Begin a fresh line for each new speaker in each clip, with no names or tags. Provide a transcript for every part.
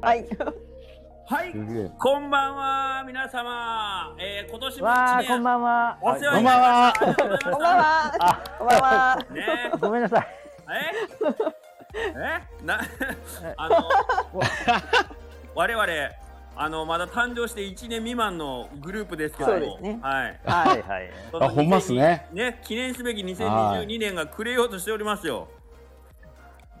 はい。
はい、
すげえ。
こんばんは、皆様。えー、今年も
わあ、
一
こん
年
ばんは。
お世話
こ
になり
んばん
ま
は。
した。
こんばんは。
あ、
こんばんは。
ね
ごめんなさい。
え、え、な、あの、我々、あの、まだ誕生して一年未満のグループですけども、
そうですね
はい。
はいはい。
その
あ、ほんまっすね。
ね、記念すべき
は
2022年が暮れようとしておりますよ。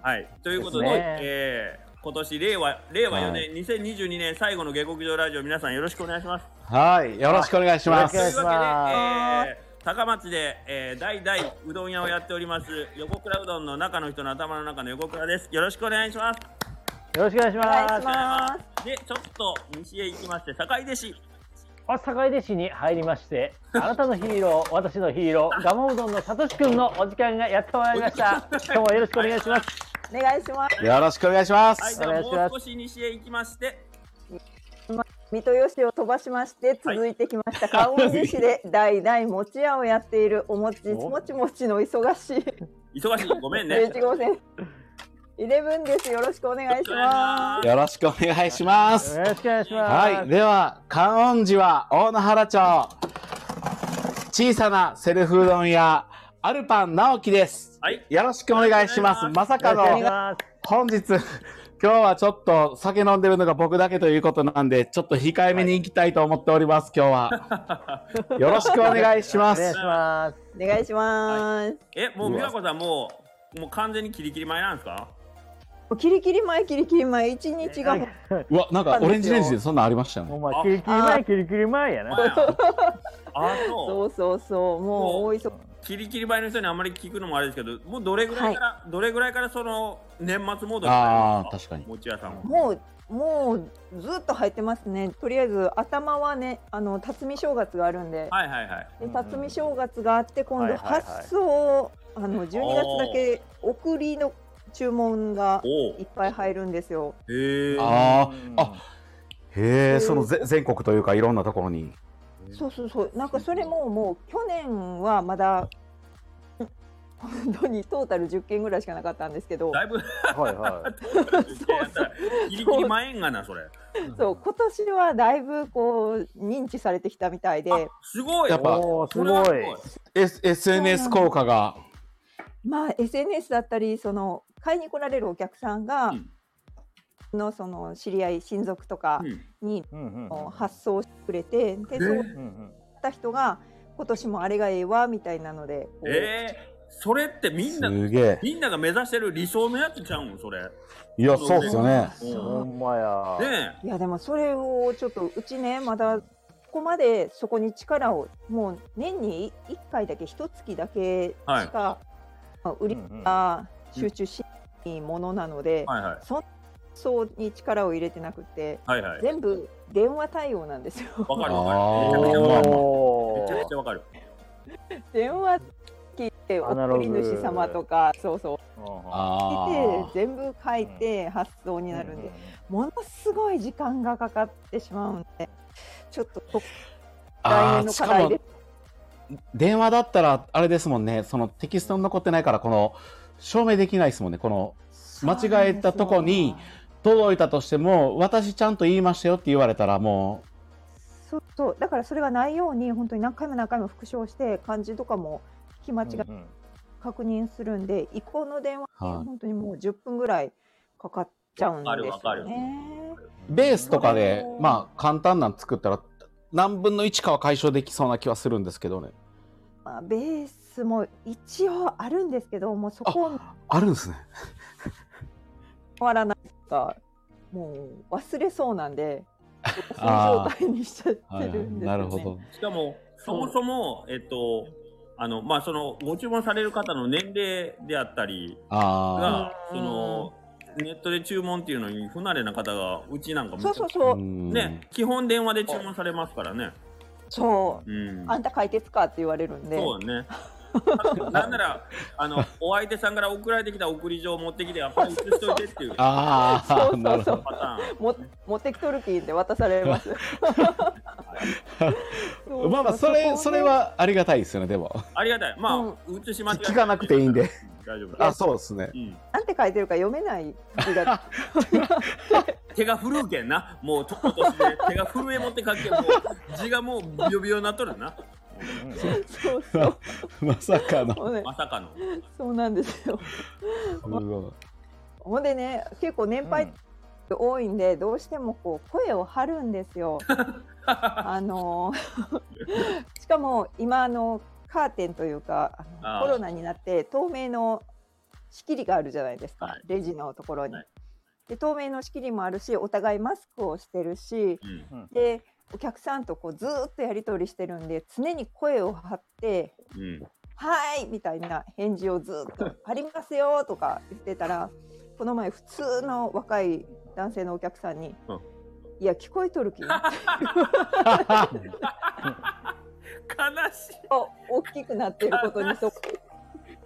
はい、ということで、
ですね
えー今年令和令和4
は
年、2022年最後の下克上ラジオ皆さんよろしくお願いします。
はい、よろしくお願いします
とい
よろ
う
しくお願い
わ
し。ま
けで、えー高松で、えー、代々うどん屋をやっております横倉うどんの中の人の頭の中の横倉です。よろしくお願いします。
よろしくお願いし
お願い
ま
し
す。
ま
で、ちょっと西へ行きまして堺出市。
あ、坂出市に入りまして、あなたのヒーロー、私のヒーロー、ガモうどんのさとしくんのお時間がやってまいりました。今日もよろしくお願いします。
す。お願いします。
よろしくお願いしま
はい、
す。
では
お願いします
もう少し西へ行きまして、
水戸吉を飛ばしまして続いてきました川越市で代々餅屋をやっているお餅
お
もちもちの忙しい
忙しいごめ んね。
11号線イレブンですよろしくお願いしま
よろしくお願いします。
よろしくお願いします。
はい、では観音寺は大野原町小さなセルフうどん屋アルパン直樹です。
はい、
よろしくお願いします。まさか
よろしくお願いし
の
ます。
本日今日はちょっと酒飲んでるのが僕だけということなんでちょっと控えめに行きたいと思っております。今日は よろしくお願いしま
お願い
す
し。ます。
すお願いします、
え、もう
う
美
わ
和子さんもうもう完全にキリキリ前なんですか？
もうキリキリ前キリキリ前一日がもう
うわ、なんかオレンジレンジでそんなんありましたよ
お
ね。
前、キリキリ前、キリキリ前や
ま
な。
ああ、そ。
そううそうそうもう大忙し
キリキリ前の人にあんまり聞くのもあれですけど、もうどれぐらいから、どれぐらいからその年末モードになるん
あー
です
確かに
餅屋さんは。
もうもうずっと入ってますねとりあえず頭はねあの辰巳正月があるんで
はいはいはい。
で辰巳正月があって今度
はいはいはい
発送をあの12月だけ送りの注文が
おお。
いっぱい入るんですよ。
へえ。
あ
う
ー
ん
あ、へえ、そのぜ全国というかいろんなところに。
そうそうそうなんかそれももう去年はまだうん本当にトータル10件ぐらいしかなかったんですけど
だいぶ
はいはい。
ギリギリ前んがなそれ。
そう今年はだいぶこう認知されてきたみたいで
あすごい。
やっぱ
おお、す
こ
ご。
れはい
S SNS 効果が。
まあ SNS だったりその買いに来られるお客さんが、のその知り合い親族とか
うんうん
に、
うんうん
あの発送してくれてでそう
え
うん
った人が今年もあれがええわみたいなので、こう
ええそれってみんな
すげえ。
みんなが目指してる理想のやつちゃうんそれ。ね
いや、そうっすよね。
うん。ほんまや。
え。
いやでもそれをちょっとうちねまだここまでそこに力をもう年に1回だけ一月だけしか、
はい
まあ売りが集中しないものなので、
はいはい
そうに力を入れてなくて
はいはい。
全部電話対応なんですよ。
わかる
あ
わか
ー
る。めちゃくちゃわかる。
お
めちゃく
ー
ちゃわかる。
電話聞いて
ア
お
ナロ
送
グ
り主様とかそうそう
あ
聞いて
ー
全部書いて発送になるんで。ものすごい時間がかかってしまうんでちょっとこ来年
あー
の
し
課
か
題
も
です
電話だったらあれですもんねそのテキストに残ってないからこの証明できないですもんねこの間違えたとこに届いたとしても私ちゃんと言いましたよって言われたらも
そうそうだからそれがないように本当に何回も何回も復唱して漢字とかも聞き間違い確認するんで、一方の電話
う、は
本当にもう10分ぐらいかかっちゃうんで
わ
す
かるわ
よ
かる
ね。
い、ベースとかでまあ簡単なん作ったら何分の1かは解消できそうな気はするんですけどね
まあ、ベースも一応あるんですけどもうそこを
あるんですね
変わらないかもう忘れそうなんで。
あ
そ
ー
ういう状態にしちゃって
はい、
るんですよ、ね
なるほど
しかも、そもそも、えっと、あの、まあ、その、ご注文される方の年齢であったり
あ
が、
う
そ
ん
の、ネットで注文っていうのに不慣れな方が、うちなんかも、
そうそう
あ
そう、
ね、基本電話で注文されますからね。
そう
うん。
あんた解決かって言われるんで。
そうだね。なんなら、あの、お相手さんから送られてきた送り状を持ってきて、やっぱり写しといてっていうパ
あ
そうそう
あ
そう
なるほど
ターン。
も持ってきとるきんで渡されます。 う
まあまあそれ
こをね
それはありがたいですよねでも
ありがたい。まあ、写し間違え
聞かなくていいんで。
大丈夫だ。
あ、そうですね。
うん、
なんて書いてるか読めない字 が
手が震うけんな。もうちょっとして手が震え持って書けん。もう字がもうビヨビヨなっとるな。
そうそう
まさかの。
もうね
まさかの。
そうなんですよ
すごい
ほんでね結構年配って多いんで、どうしてもこう声を張るんです よあのー しかも今あのカーテンというかあの
あー
コロナになって透明の仕切りがあるじゃないですか、
はい
レジのところに、
はい
で透明の仕切りもあるしお互いマスクをしてるし
うん。
でお客さんとこうずーっとやり取りしてるんで常に声を張って
うん。
はいみたいな返事をずっと「ありますよ」とか言ってたらこの前普通の若い男性のお客さんに
うん
「いや聞こえとるき」
悲しい。
大きくなってることにそこ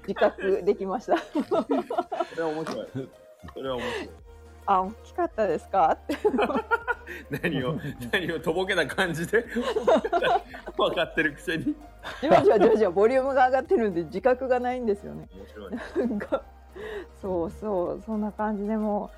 自覚できました。
それは面白い。それは面白い。
あ大きかったですかって
何を何をとぼけた感じ で分かってるくせに。
じわじわじわじわボリュームが上がってるんで自覚がないんですよ ね。
面白い。
なんかそうそうそんな感じでも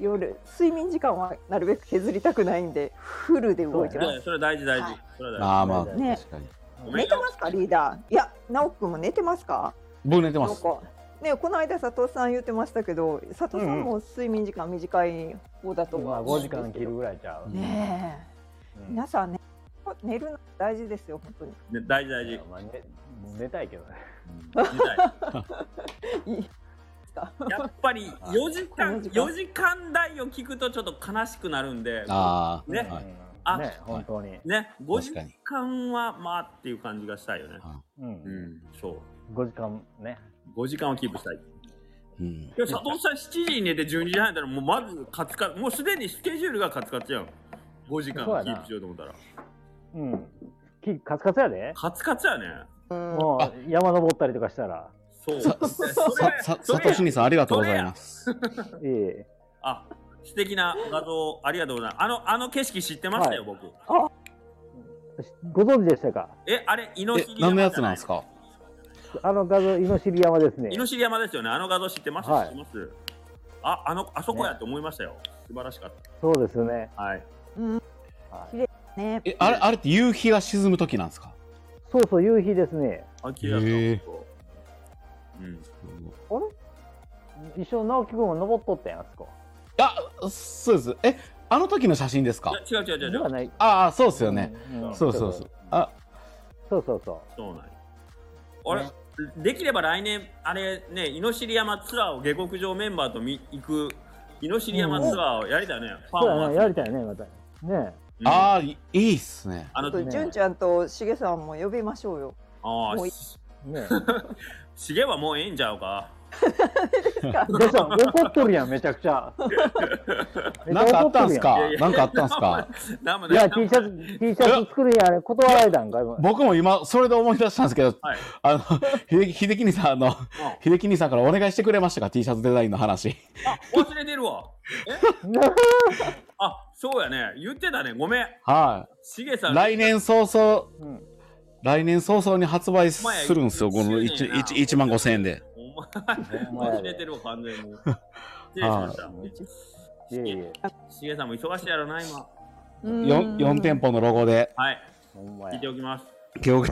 う夜睡眠時間はなるべく削りたくないんでフルで動いて
そ
ま
う
す
だ。それ大事大事。それは大事。
ああまあ、
ね
確かに。
ごめ
寝
ん
て
よ
ますかリーダーいや直くんも寝てますか
僕寝てま
なん
す。
かねこの間佐藤さん言ってましたけど佐藤さんも睡眠時間短い方だと
ま
は
あ
思うん
5
ですけ
時
ど
間切るぐらいちゃう。
ねえ
うん
皆さんね寝るの大事ですよ本
ね大事大 事。
まあね寝たいけどね。
見たい
当にいい
やっぱり4時
こ
間
の時間
4時間台を聞くとちょっと悲しくなるんで
ああ、
ね
はい
あ
うんね本当に。
ね5時
確かに
間はまあっていう感じがしたいよね
う。
うんんそ
5時間ね。
う5時間をキープしたい
うん。
今日佐藤さん7時に寝て12時半やったらもうまずカツカツもうすでにスケジュールがカツカツやん5時間
そうや
キ
な
ープしようと思ったら
うん。きカツカツやで。
カツカツやね
もう山登ったりとかしたら。
そう
さ、
それ
さ、さ、
そ
さ
れ
としにさん、ありがとうございます。
いえ。
あ素敵な画像ありがとうございますあのあの景色知ってましたよ僕
ご存知でしたか。
えあれイノ
え
シリ、
何のやつなんですか
あの画像イノシリ山ですね
イ。ノシリ山ですよね。あの画像知ってます。
はい
知ってます。あ、あの、あそこやと思いましたよ。素晴らしかっ
そうですね。
た。はい。
うん
はい
ね
え、あれ、あれって夕日が沈む時なんですか
そうそう夕日ですね。
あ、綺麗やった。ここうん。
一生直樹君も登っとったやんあそこ。
あ、そうです。え、あの時の写真ですか
いや違う違う違う
で
違
は
う。
ない。
ああ、そうですよね。
うん。ん
そうそうそう。あ、
そうそうそ
そうなんや。俺、
ね
できれば来年、あれね、イノシリ山ツアーを下克上メンバーと見行く、イノシリ山ツアーをやりたいね。フ
う。
ァ
そ
ン
うや
は。
なやりたいねまた。ね。
うん
ああ、いいっすね。
あの、
ちょっと純ちゃんとしげさんも呼びましょうよ
あ
もう
あ
い、
ね。
しげはもうええんちゃうか。
でさ怒っとるやんめちゃくちゃ。
なんかあったんすか
いやいや
なんかあったんすか
なんも
い
ない
や
なんも
T シ
ない
ャツ T シャツ作るんやあれ断られたんか今。
僕も今、それで思い出したんですけど、
はい
あの、 秀秀樹兄さん、あの、秀樹兄さんからお願いしてくれましたか ?T シャツデザインの話。
うんあ、忘れてるわ。 あ、そうやね。言ってたね。ごめん。
は
しげ
い。
さん。
来年早々、
うん
来年早々に発売するんですよ、この 1, 万5千円で。
お前、
お前
忘れてるわ、完 全に。失礼しました。
いやいや。
しげさんも忙しいやろな、今。
4, 四店舗のロゴで、
はい、
ほんま
聞い
や
て。おきます。
今日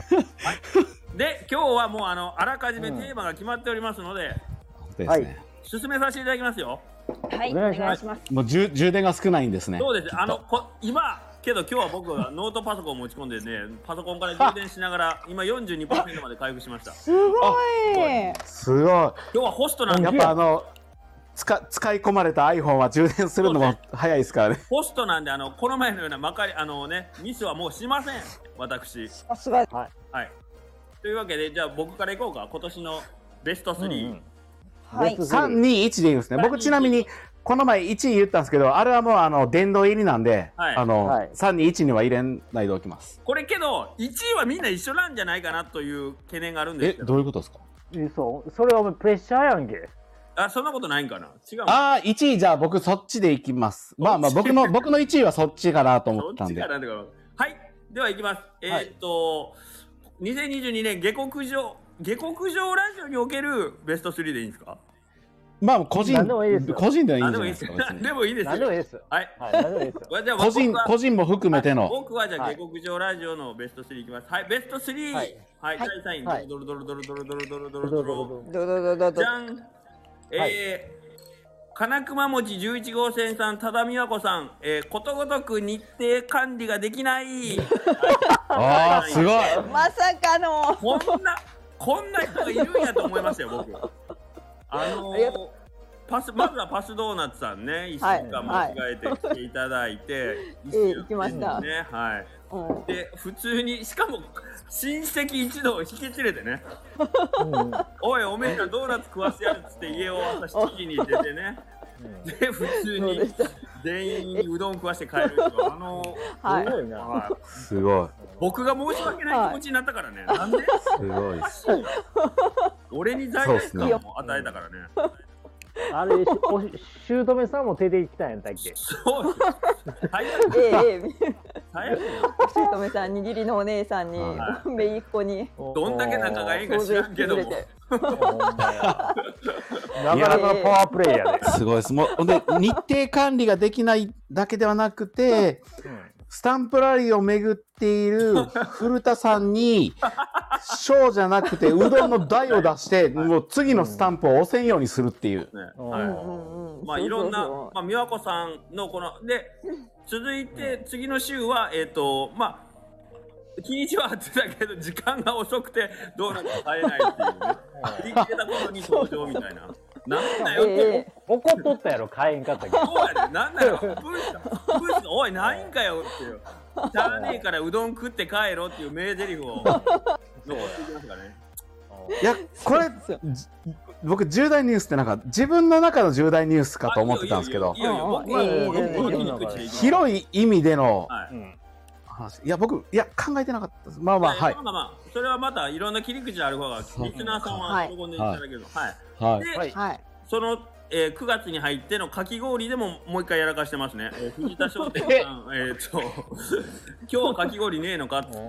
で、今日はもう、あの、あらかじめテーマが決まっておりますので、
ですね、
はい
進めさせていただきますよ。
はい
お願いします
おます
もう充充電が少ないんですね。
そうです。あの、こ今、けど今日は僕はノートパソコン持ち込んでね、パソコンから充電しながら、今42%まで回復しました。
すご
あ
い
すごい。や
今日はホストなん
っ
で、
ぱあの、使使い込まれた iPhone は充電するのも早いですからね。
ホストなんで、あの、この前のようなまかり、あのね、ミスはもうしません。私。
さすが
はい。というわけで、じゃあ僕からいこうか。今年のベスト3。
うんうん
はい
ベスト
3、2、1でいいんですね。僕ちなみに、この前1位言ったんですけど、あれはもうあの、殿堂入りなんで、
はい
あの、
はい
3、2、1には入れないでおきます。
これけど、1位はみんな一緒なんじゃないかなという懸念があるんで
え、
すけ
ど
ど。
ういうことですか
嘘それはお前プレッシャーやんけ。
あ、そんなことないんかな違うあ、
ああ、1位じゃあ僕そっちでいきます。まあまあ僕の、僕の1位はそっちかなと思
ど
った
っ
ん
ち
で
か。なんとか。はい。では行きます。え
はい
ーっと、2022年下克上下克上ラジオにおけるベスト3でいいんですか
まあ、個人
何でもいいですよ
個人ではいいん
何
じ
で
ゃ
も
な
いですすよ。
いいでか別
何
に。
でもいいです
何で
よ
もいいですよ。
はい。
はい、何でもいいですよ。
わじゃあ
個人
僕は
個人も含めての。
僕はじゃあ
はい
下克上ラジオのベスト3いきます。はい、ベスト3。は
はいい、
はい、
は
第
い
3位、
はい
ドロドロドロドロドロドロド
どう
ロ
ぞ
ド
どう
ロ。
ぞ
どどどどど
じゃん。えー、金熊餅11号線さん、多田美和子さん、えー、ことごとく日程管理ができない。
ああ、すごい。
まさかの
こんな、こんな人がいるんやと思いましたよ、僕。あの
あ
ー
りがと
パスまずはパスドーナツさんね、1週間間違えて来ていただいて、一
ええ
週間
行きました
ね、はい。
うん
で、普通に、しかも親戚一同引き連れてね、
うんうん
おい、おめえらドーナツ食わせやるっつって家を朝7時に出てね、で、普通
そうで
に
した
全員にうどん食わして帰る人あの
はい
すごい
ー、
な。
はい
すごい。
僕が申し訳ない気持ちになったからね、なんです
ごい。
俺に罪悪感を与えたからね。
あれ、しおし姑さんも出てきたんやったっけ。
そうです。最悪、
ええええ
最悪。
姑さんに義理のお姉さんに
は
姪っ子に
どんだけ仲がいいか
大
知
勢
ら
引き
んけ
連
ど
れ
も。
て
なかなかのパワープレイヤーで。
すごいです。もう、ほんで、日程管理ができないだけではなくて、スタンプラリーを巡っている古田さんに、賞じゃなくて、うどんの台を出して、もう次のスタンプを押せんようにするっていう。
ね
うん
は
う
い
んうんうん
まあ
そうそうそう
いろんな、まあ美和子さんのこので続いて次の週はえっ、とまあ。日にちは合ってたけど時間が遅くてどうなるか会えないっ ていうね。振り切れたことに登場みたいな。なんだよって。
ええ
怒っとったやろ、買えんかったけど。
そうやね、なんだよ、ブースだ、ブースだ、おい、ないんかよっていう。しゃあねえから、うどん食って帰ろっていう名台詞を。残ってきますからね。
いや、これ、
そう
僕、重大ニュースってなんか、自分の中の重大ニュースかと思ってたんですけど
いい、よいいよいいよ
うん
僕は
うん
僕は切り口でいきます
広い意味での
はい。
話。いや、僕、いや、考えてなかったです。まあまあ、
ま
はい
あ。まあまあ、それはまたいろんな切り口ある方が、リ
そう
スナーさんは
はい
喜んでいただけるの。はい。
はい。
で、
はい
はい
その、えー9月に入ってのかき氷でももう一回やらかしてますね。えー藤田商店さん、えーっと、 今日はかき氷ねえのかっつってね、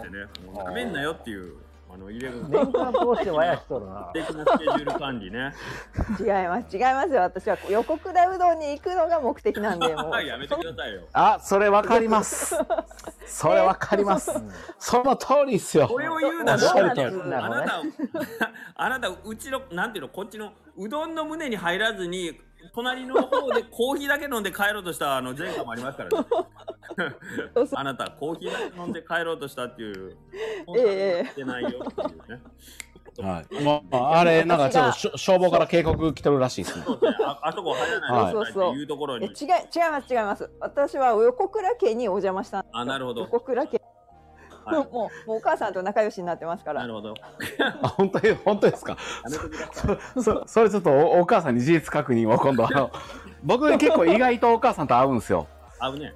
もうなめんなよっていう、あの、入れる。
年間通してもやしとるな。
的なスケジュール管理ね。
違います違いますよ私は予告だうどんに行くのが目的なんでもう
やめてくださいよ。
あ、それわかります。それわかります。その通りですよ
こ。れを言うな
おっしゃる
ら、
通り
あなた、あなた、うちの、なんていうの、こっちの、うどんの胸に入らずに、隣の方でコーヒーだけ飲んで帰ろうとした、あの、前科もありますからね。あなた、コーヒーだけ飲んで帰ろうとしたっていう、本当はやってないよっていうね。
はい。 まあまあ、あれ、なんかちょっとしょ消防から警告来てるらしいですね。
そうですねああそこ入らないでくださいっていうところ
いや違
に
い、違います違います私は横倉家にお邪魔したんですよ
あなるほど
横倉家、
はい
もうもうお母さんと仲良しになってますから
なるほど。
あ、本当に、本当ですか。
やめてください。
そ、そそれちょっとおお母さんに事実確認を今度、あの、僕結構意外とお母さんと会うんですよ。
あぶね。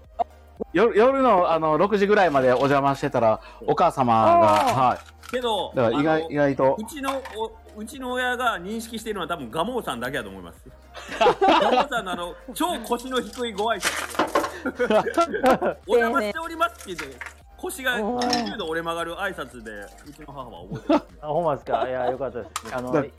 夜夜のあの6時ぐらいまでお邪魔してたら、お母様が、は
けど、
い。だから意
あの
外、意外と
う。ちのおうちの親が認識しているのは多分ガモーさんだけだと思います。ガモーさんのあの超腰の低いご挨拶。お邪魔しておりますって言って腰が
おー
90度折れ曲がる挨拶でうちの母は覚えてます、ね。
あ、ほんまですか。いや、よかったです。あの、
だ
いはい、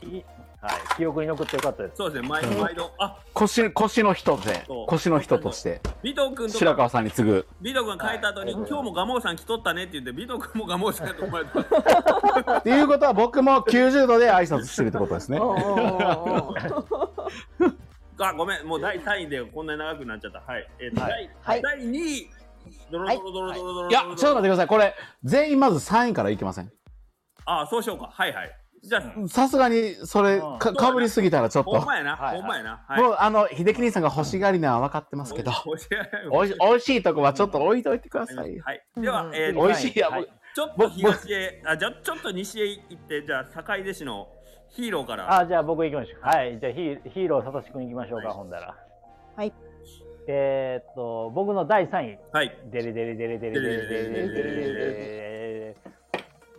記憶に残ってよかったです。
そうですね。毎度毎度あ
腰、腰の人で
そう、
腰の人として、
ビト君と
白
か
川さんに次ぐ。
ビト君が帰った後に、
はい
今日もガモーさん来とったねって言ってビト君もガモーさんと思われてます。
っていうことは僕も90度で挨拶してるってことですね。
おうおうおうおう
あごめんもう第3位でこんなに長くなっちゃった。はい。えー
は
はい
第第2位ドロドロドロドロドロドロドロ。
いや、ちょっと待ってください。これ、全員まず3位からいきません。
あそうしようか。はいはい。じゃあ。
さすがに、それ
うん
か、かぶりすぎたらちょっと。
ほんまやな、
はいはい
ほんまやな。はい。
もう、あの、秀樹兄さんが欲しがりなのは分かってますけど、
お教えられる
おいしおいしいとこはちょっと置いといてくださいよ。
はい。では、え
お
ー、
いしいや、
はい
ちょっと東へ、あ、じゃ、ちょっと西へ行って、じゃあ、坂出市のヒーローから。
あ、じゃあ僕行きましょう。はい、じゃあヒーヒーローさとしくん行きましょうか、ほんだら。
はい。
えーっと、僕の第3位。
はい。
デレデレデレデレデレデレデレデレデ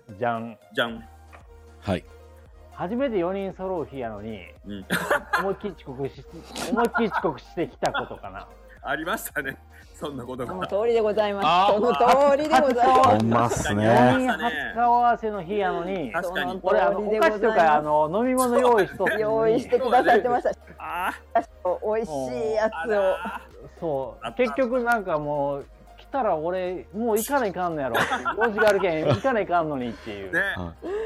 レじゃん。
じゃん。
はい。
初めて4人揃う日やのに、
うん。
思いっきり遅刻し、思いっきり遅刻してきたことかな。
ありましたね。そんなこと
その
が。
通りでございま
あ
す。その通りでござい
ほ
ま
ん
す。
まっす
あ
ね。
りましたね
初顔合わせの日やのに
あ、確かに
その
俺あの
通り
お
でございま
菓
す
子とかあの飲み物用意しとってんのに
用意してくださってました。
あ
美味しいや
あ
つを。
ら
そ
あ
う
った
結局なんかもう来たら俺もう行かないかんのやろっていう用事があるけん行かないかんのにっていう、
ね
うん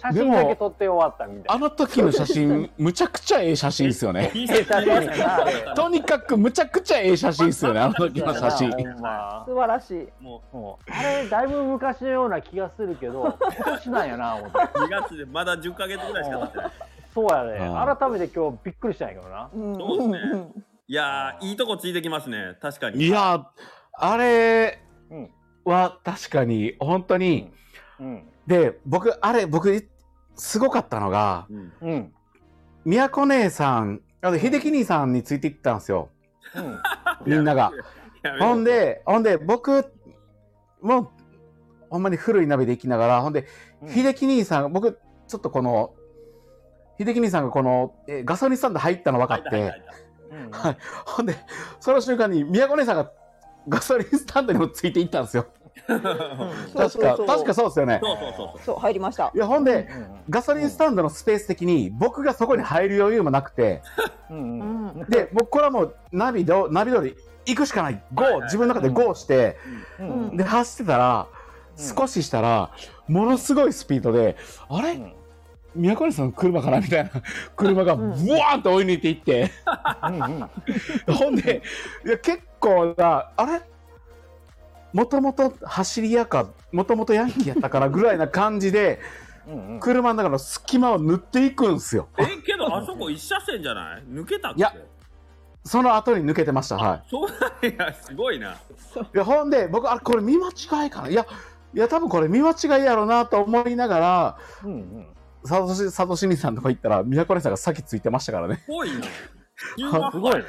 写真だけ撮って終わったみた
あ
いな
の時の写真、むちゃくちゃええ写真ですよね。
T シ
え
ャ
え写
ツ
真やなあれ
とにかくむちゃくちゃええ写真ですよね、あの時の写真。
ほんま
素晴らしい。
も
もうあれだいぶ昔のような気がするけど今年なんやな思って
う2月でまだ10ヶ月ぐらいしか経ってない。
そうやね
あー
改めて今日びっくりしたんやけどな
うん
そうですね
うん
いやー、いいとこついてきますね。確かに。
いや、あれ
うん
は確かに、本当に。
うん
で、僕、あれ、僕、すごかったのが、
うん。
うん
宮子姉さん、あの、秀樹兄さんについて行ったんですよ。
うん
みんなが。
やめろ
ほん、で、ほんで、僕も、ほんまに古い鍋で行きながら、ほんで、秀樹兄さん、僕、ちょっとこの、秀樹兄さんがこの、えーガソリンスタンド入ったの分か
入
っ
った
て
入、った入っ
うん
はいほんで、その瞬間に、宮古姉さんがガソリンスタンドにもついていったんですよ。
た
そう
確
そう
か、
そう
確かそうですよね。
そうそうそうそう。
そう入りました
い。や、ほんで、ガソリンスタンドのスペース的に、僕がそこに入る余裕もなくて、
うんう
うんん。
で、僕、これはもう、ナビど、ナビ通り行くしかない、ゴ
はいは
ー
い、
自分の中でゴーして、
うん
うん
で、走ってたら、少ししたら、ものすごいスピードで、あ
う
れ
ん
宮古さんの車かなみたいな、 車がブワーンと追い抜いていって、
うん
ほんで、いや結構な、あれもともと走り屋か、もともとヤンキーやったからぐらいな感じで、
うんうん
車の中の隙間を塗っていくんすよ。
え、けどあそこ一車線じゃない抜けたっけ
いやその後に抜けてました、はい。
そうなんや、すごいな。
いやほんで僕あれこれ見間違いかないやいや多分これ見間違いやろうなと思いながら
うんうん
サトシサトシ兄さんのとこ行ったら宮古さんが先ついてましたからね
すごいな。
すごいね。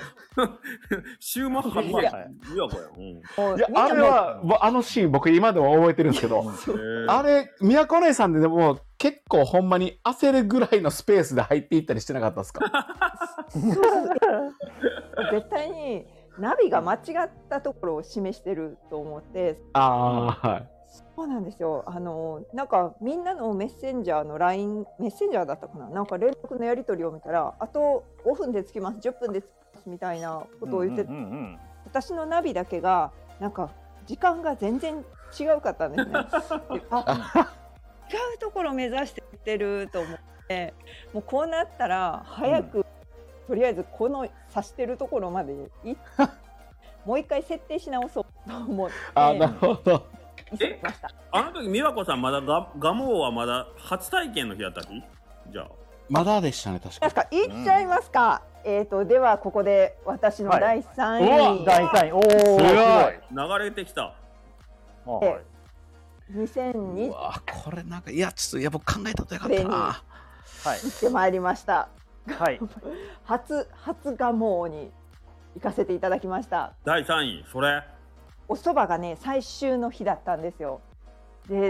シューマッハみたい
い
な。
や
いや、これ。うん
もう
いや
みんな
あれはぼあのシーン僕今でも覚えてるんですけど
えー
あれ宮古さんででも結構ほんまに焦るぐらいのスペースで入っていったりしてなかったですか
絶対にナビが間違ったところを示してると思って
ああはい
そうなんですよあのなんかみんなのメッセンジャーの LINE メッセンジャーだったかななんか連絡のやり取りを見たらあと5分で着きます10分で着きますみたいなことを言って、
うんうんうん
私のナビだけがなんか時間が全然違うかったんですね。 であ違うところ目指して行ってると思ってもうこうなったら早く、とりあえずこの指してるところまで 行ってもう一回設定し直そうと思って
あーなるほど
急ぎました。
あの時、美和子さん、まだガガモーはまだ初体験の日やったっけじゃあ。
まだでしたね確
なん
か
か行っちゃいますか。えっ、とではここで私の
はい
第三位、
うわ
第三位、おお、すご
流
い。
れてきた。
はい
にう
2020
わーこれなんかいやちょっといや僕考えたことよかったな
はい
でまいりました。
はい。
初初ガモーに行かせていただきました。
第3位、それ。
お蕎麦がね最終の日だったんですよ。で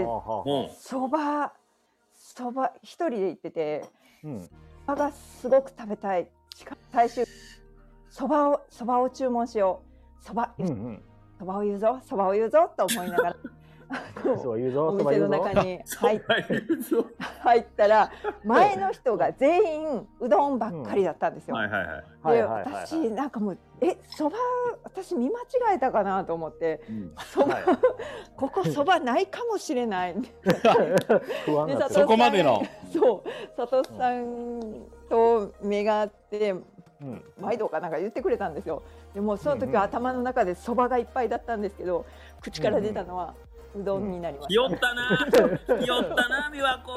うん。
は
蕎麦蕎麦一人で行ってて
いうん
蕎麦がすごく食べたいしかも最終蕎麦を蕎麦を注文しよう蕎
うん
麦よし
うん。
蕎麦を言うぞ蕎麦を言うぞと思いながらあの
そう言うぞ、
お
そば
店
言う
の
ぞ
中。に 入っ
そう
入った ら前の人が全員うどんばっかりだったんですよ。
はいはいはい。
はい
で
はいはいはい
私なんかもうえそば私見間違えたかなと思って
うん
そば、
はい
ここそばないかもしれない
不安だっ
で
た。
そこまでの
そう佐藤さんと目が合って
うん
毎度かなんか言ってくれたんですよでもその
うん
時
うん
は頭の中でそばがいっぱいだったんですけど口から出たのはうどんになりまし
ひよった な。ひよったな、美和子。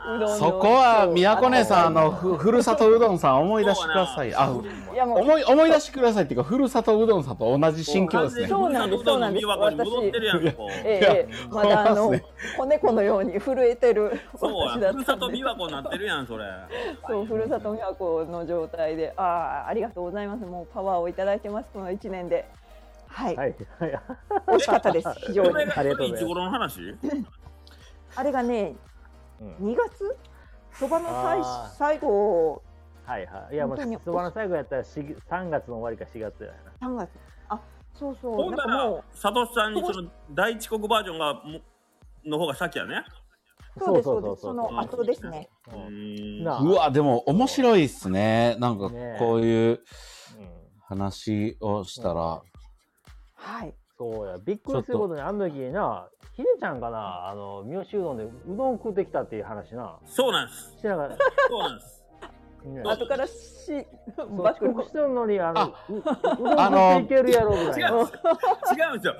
た、うどんの
そこは
そう
宮古姉さんあ
あ
のふふるさとうどんさん思い出してくださいあ
のいやもう
思い思い出してくださいっていうかふるさとうどんさんと同じ心境ですね
そうなんですそうなんです
美和子に戻ってるやん、こう。
ええええま
いや
だあの
そうです
子猫のように震えてる
そう
私
や、
だ
ふ
っ
る
た
さ
ん
と
で
美和子になってるやん、それ。
そうふるさと美和子の状態でああありがとうございますもうパワーをいただいてますこの一年ではい、
はいはい。
美味しかったです非常
こ
に
れが
あり
い
がと
つ
うございます
頃の話
あれがね
うん
2月そばの最
あー
最後
はいはい。いや、もう、
本当に
そばの最後やったら、し3月の終わりか4月やな。
3月あそうそ
ほ
うんな
なん
からも、
サトシさんにその第一国バージョンがもの方が先やね。
うそうですそうですその後ですね
う
うん
ーん
なあ
うわ、でも面白いっすね。なんか
ねえ
こういう
うん
話をしたら。
はい
そうや、びっくりすることに、あの時な、ひでちゃんかな、あの、三好うどんでうどん食ってきたっていう話な、
そうなんです。
して ながら、
そうなんです。
ね、
後からし
そう
バッ
遅刻しとんのに、あの、
あ
ううどん食っていけるやろぐらい
違
の。
うんです。違うんですよ。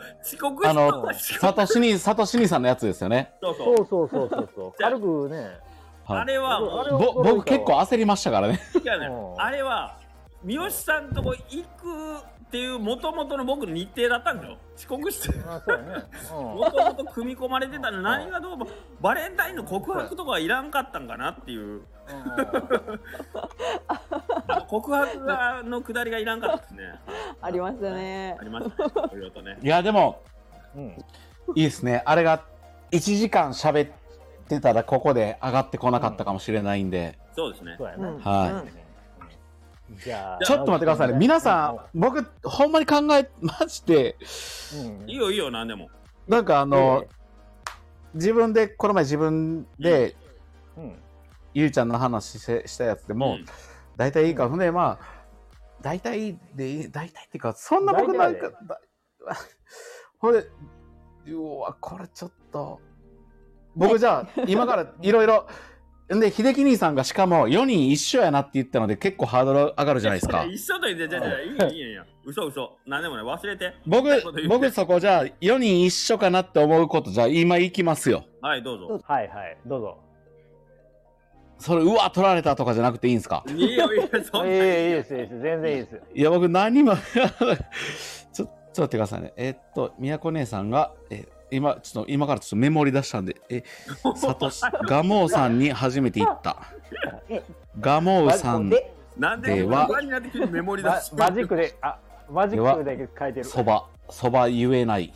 遅刻
あ
し
の
と った、し
サトシニ、サトシニさんのやつですよね。
そう
そ
そうう。
そうそうそう そう。軽くね。
あ
はい。
れは
あれ
も
は
ぼ僕結構焦りましたからね。
う、違うね
うん
あれは、三好さんとこ行くっていう元々の僕の日程だったんですよ。遅刻して。
あ、そうやね。
もともと組み込まれてたの何がどうもバレンタインの告白とかはいらんかったんかなっていうあ告白がのくだりがいらんかったですね
ありましたね
ありましたねいろいろとね
いや、でも、
うん。うん。
いいですね。あれが1時間喋ってたらここで上がってこなかったかもしれないんで。
そうですね
そうや
うん
ね。
はい
じゃあ、
ちょっと待ってくださいね。皆さん、僕、ほんまに考えまして、
うん、
いいよいいよ何でも
なんかあ
あ
の、、自分で、この前自分で、
うん。
ゆうちゃんの話してしたやつで
う
も、
ん
大体いいから、ほんで、まあ、大体でいい、大体っていうか、そんな僕なん
大体
か
はね、
だほんで、うわ、これちょっと、僕じゃあ、今からいろいろ、んで、秀樹兄さんがしかも4人一緒やなって言ったので、結構ハードル上がるじゃないです か
いや。一緒と言ってじゃあじゃあいいよいいよいいよ嘘嘘何でもない忘れて
僕
こと言、う
僕そこじゃあ、4人一緒かなって思うこと、じゃあ今行きますよ。
はいどうぞ
はいはい、どうぞ。
それ、うわ、取られたとかじゃなくていいんですか
いいよいいよそん
い
ないに
えいいです、いいです。全然いいです。
いや、僕何 もちょ、ちょっと待ってくださいね。えーっと、みやこ姉さんが、えー今、ちょっと、今からちょっとメモり出したんで、え、さ とし、ガモーさんに初めて行った
え。
ガモーさん
で
なんで
では
不安になって急にメモリ出
マ
し
マジックで、あ、マジックで書いてる。
そば、そば言えない。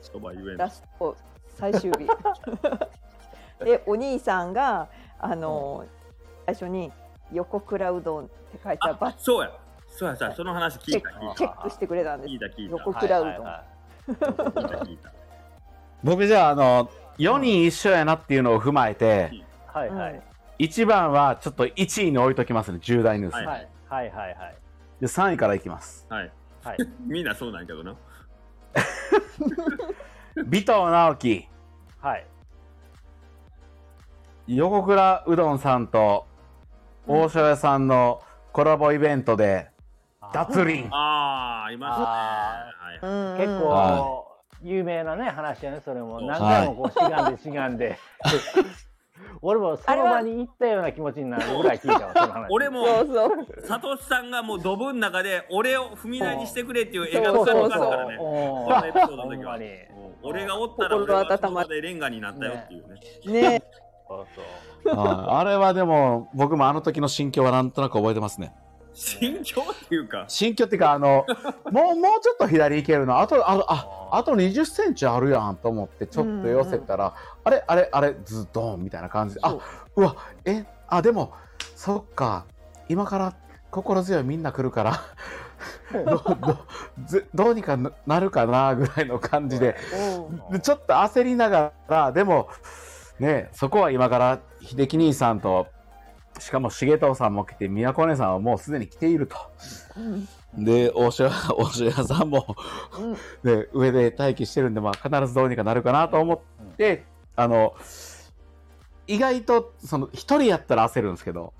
そば言えない
ラスト最終日でお兄さんがあの、最初に「横倉うどん」って書いたバ
あ
ッ
そうやそうやそうやその話聞いた聞い
チェックしてくれたんです
た聞いた
横
聞
倉うどん、
いた聞いた
僕じゃあ、あの、4人一緒やなっていうのを踏まえて、
はいはい。
1番はちょっと1位に置いときますね、重大ニュース。
はい
はいはいはいはい。
で、3位からいきます。
はい
はい。
みんなそうなんやけどな
尾藤直樹、
はい。
横倉うどんさんと、大塩屋さんのコラボイベントで、 脱輪。
ああ、いましたね。はい
うん
結構、
は
有名なね話やねそれも
そう
何回もこう、しがんでしがんで俺もその場に行ったような気持ちになるぐらい聞いたわその話
俺
そ
も、
うそう
サトシさんがもうドブの中で、俺を踏み台にしてくれっていう
そ
映
う
画
そ
を
う
され
そ
た
う
からね。このエピソード
ほ
の
ん
時
ま
は
に
うん俺がおったら
心
俺は
温まる
そこでレンガになったよっていうね。
ね
そうそう
はいあれはでも僕もあの時の心境はなんとなく覚えてますね
心境っていうか、
心境っていうかあ のもうもうちょっと左行けるなあとあのああと2 0ンチあるやんと思ってちょっと寄せたら、あれあれあれズドンみたいな感じであうわえあでもそっか今から心強いみんな来るから どどずどうにかななるかなぐらいの感じで
うん
でちょっと焦りながらでもねそこは今から秀樹兄さんとしかも重藤さんも来て宮古姉さんはもうすでに来ていると
うん
で大塩大塩屋さんも
うん
で上で待機してるんで、まあ、必ずどうにかなるかなと思って、あの意外とその一人やったら焦るんですけど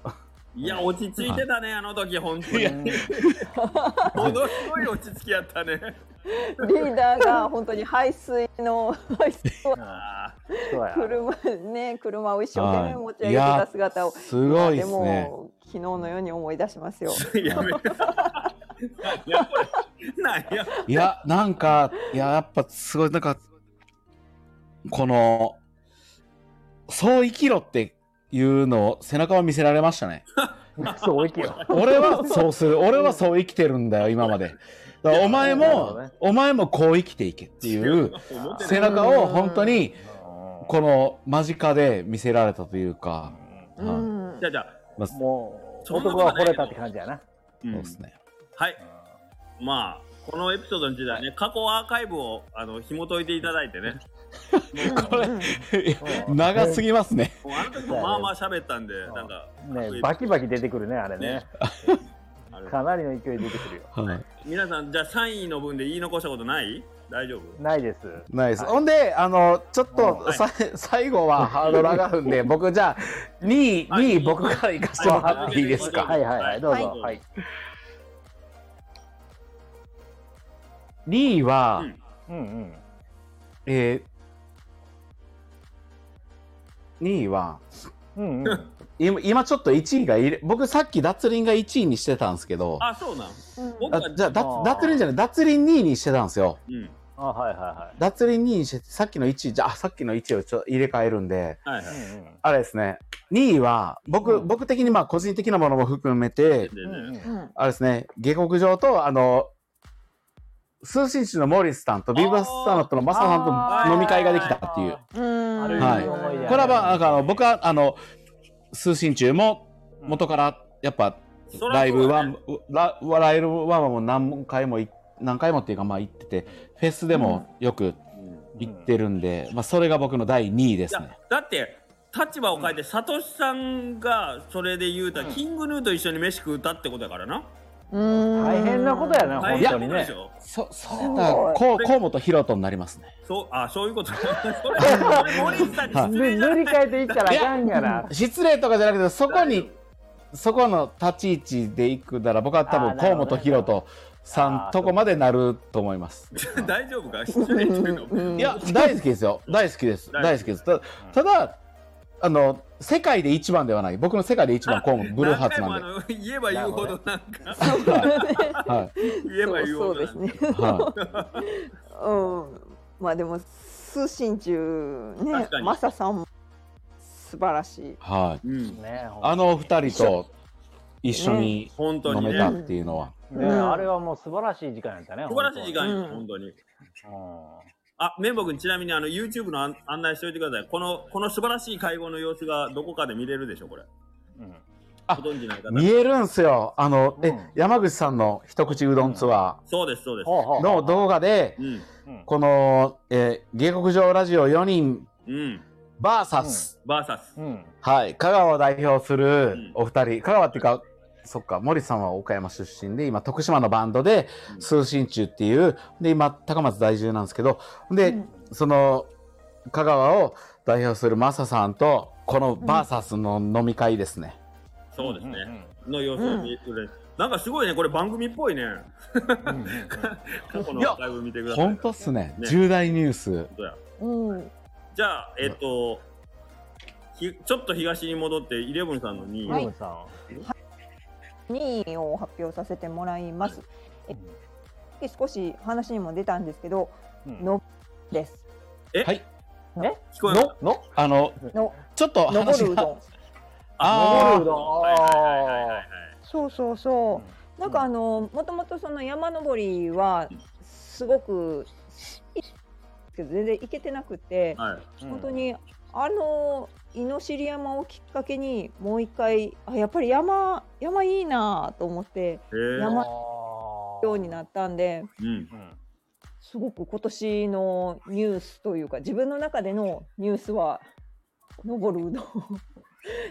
いや、落ち着いてたね、あの時、本当に。
うん
ものすごい落ち着きやったね。
リーダーが本当に排水の排水を
あ
そうや
車ね車を一生懸命持ち上
い
げてた
や
姿を
すごい
で
ですね
も昨日のように思い出しますよ。
ーやめて。なんやこれ。なんや。
いやなんかいややっぱすごいなんかこのそう生きろっていうのを背中を見せられましたね
そう大きいよ
俺はそうする俺はそう生きてるんだよ今までだからお前
なるほど
も
ね
お前もこう生きていけっていう
思って
背
ない
中を本当に
こ
この間近で見せられたというか、
うん
じゃあじゃあ
まあ
も
そんなこ
男
とな
はい惚れたって感じやな。
うん
そうですね。
はい。まあ、このエピソードの時代ね、過去アーカイブを、あの、紐解いていただいてね。
これ
うんうん
長すぎますね。
もうあの時もまあまあ喋ったんで、なんか、
ね、バキバキ出てくるね、あれね。
あれ
かなりの勢い出てくるよ。
はい。
皆さん、じゃあ3位の分で言い残したことない大丈夫
ないです。
ナイス。
はい
ほんで、あの、ちょっ
は
と
い
さ、最後はハードル上がるんで、僕じゃあ、2位、
はい
2位僕から行かせてもらっていいですか。
はいはいはい、どうぞ。
はい
はい。
2位は、
うん
うんうん。
えー、2位は、
う んうん。
今今ちょっと1位がいれ、僕さっき脱輪が1位にしてたんですけど、あ
あ、そうなん。
うん
僕は
じゃあ脱
あー
脱輪じゃない、脱輪2位にしてたんですよ。
うん。
あ、はいは
脱輪2位にして、さっきの1位、じゃあ、さっきの1位をちょっと入れ替えるんで、
はいは。
いはいい。
あれですね、2位は、僕、
うん
僕的にまあ個人的なものも含め
で
て、
うんうん。
ね、
うん
あれですね、下克上と、あの、通信士のモーリスさんとビーバスさんとのマサさんと飲み会ができたっていう。
うん
ある意
はい
味思い出やね
これはまあ、なんかあの僕は、あの、通信中も元から、やっぱ、
そら
ラ
そ
イ
う
ブ
だ
ワ
ね
ン、ラライブワンはもう何回もい、何回もっていうか、まあ行ってて、フェスでもよく行ってるんで、まあそれが僕の第2位で
い
す
や
ね。
だって立場を変えてサトシさんがそれで言うたら、
うん
キングヌーと一緒に飯食うたってことだからな
うん
大変なことやな、
大変
本当
な
に
ことで
ね
し。ょ
そ、そうやったら、こう、河本ヒロトになりますね。
そうあそういうこと それそれ森下に失
で
礼じゃ
塗
な
り
い
替えていったらあかんやな。
失礼とかじゃなくて、そこにそこの立ち位置で行くなら僕は多
あー
分
なる
河
ほど
本ヒロトさんとこまでなると思います。
大丈夫か失礼っていうの
うんうん
いや大好きですよ大好きです大好きですたただあの世界で一番ではない僕の世界で一番河 本ブルーハーツ なんで、
何回もあの言えば言うほどなん か
は
言えば言う
そ
ほ
うで
ど
すね。
いは
うん、まあでも通信中ね
確かに
マサさんも素晴らしい
い、。はい、
うん
ねほんとに
あの二人と一緒に
本当
飲
に
め
ね
たっていうのは、
ね
うん
あれはもう素晴らしい時間やったね。
素晴らしい時間よ、
うん
本当に
本
あメンボ君ちなみにあの YouTube の案案内しておいてくださいこのこの素晴らしい会合の様子がどこかで見れるでしょこれ
当に。うん。うん
ご存知ない方
見えるんすよあの、え
うん
山口さんの一口うどんツア
そうですそうです
ほうほ
ー
う
の動画で
うん
うん
この、えー、下克上ラジオ4人
うん
バーサス、
バーサス
うん。
はい、香川を代表す
ん
るお二人、香川っていうか、そっか、森さんは岡山出身で、今、徳島のバンドで
う、ん
通信中っていう、で、今、高松在住なんですけど、で、
うん
その、香川を代表するマサさんと、このバーサスの飲み会ですね。
そうですね、
うん
の様子を見てくれ、なんかすごいねこれ番組っぽいね
うんうんうん
過去の
いや
アーカイブ見てください
本当っすね
ね
重大ニュース。
当や
うん、
じゃあえっと、ひちょっと東に戻ってイレブンさんの2位、
はい
イレブンさん
2位を発表させてもらいます。で少し話にも出たんですけど、
うん
のです。
聞こえます
の
あの、
の
ちょっと
登
話
るうど
が、
ん。
あ
登るうどん
はいはいはいはいはい
そうそうそう。なんかあのもともとその山登りはすごく好きですけど全然行けてなくて、
はい、
本当にあの猪尻山をきっかけにもう一回あやっぱり山山いいなと思って
へー
山ようにな
って。
ったんで
うん
うん
すごく今年のニュースというか自分の中でのニュースは登るうどん。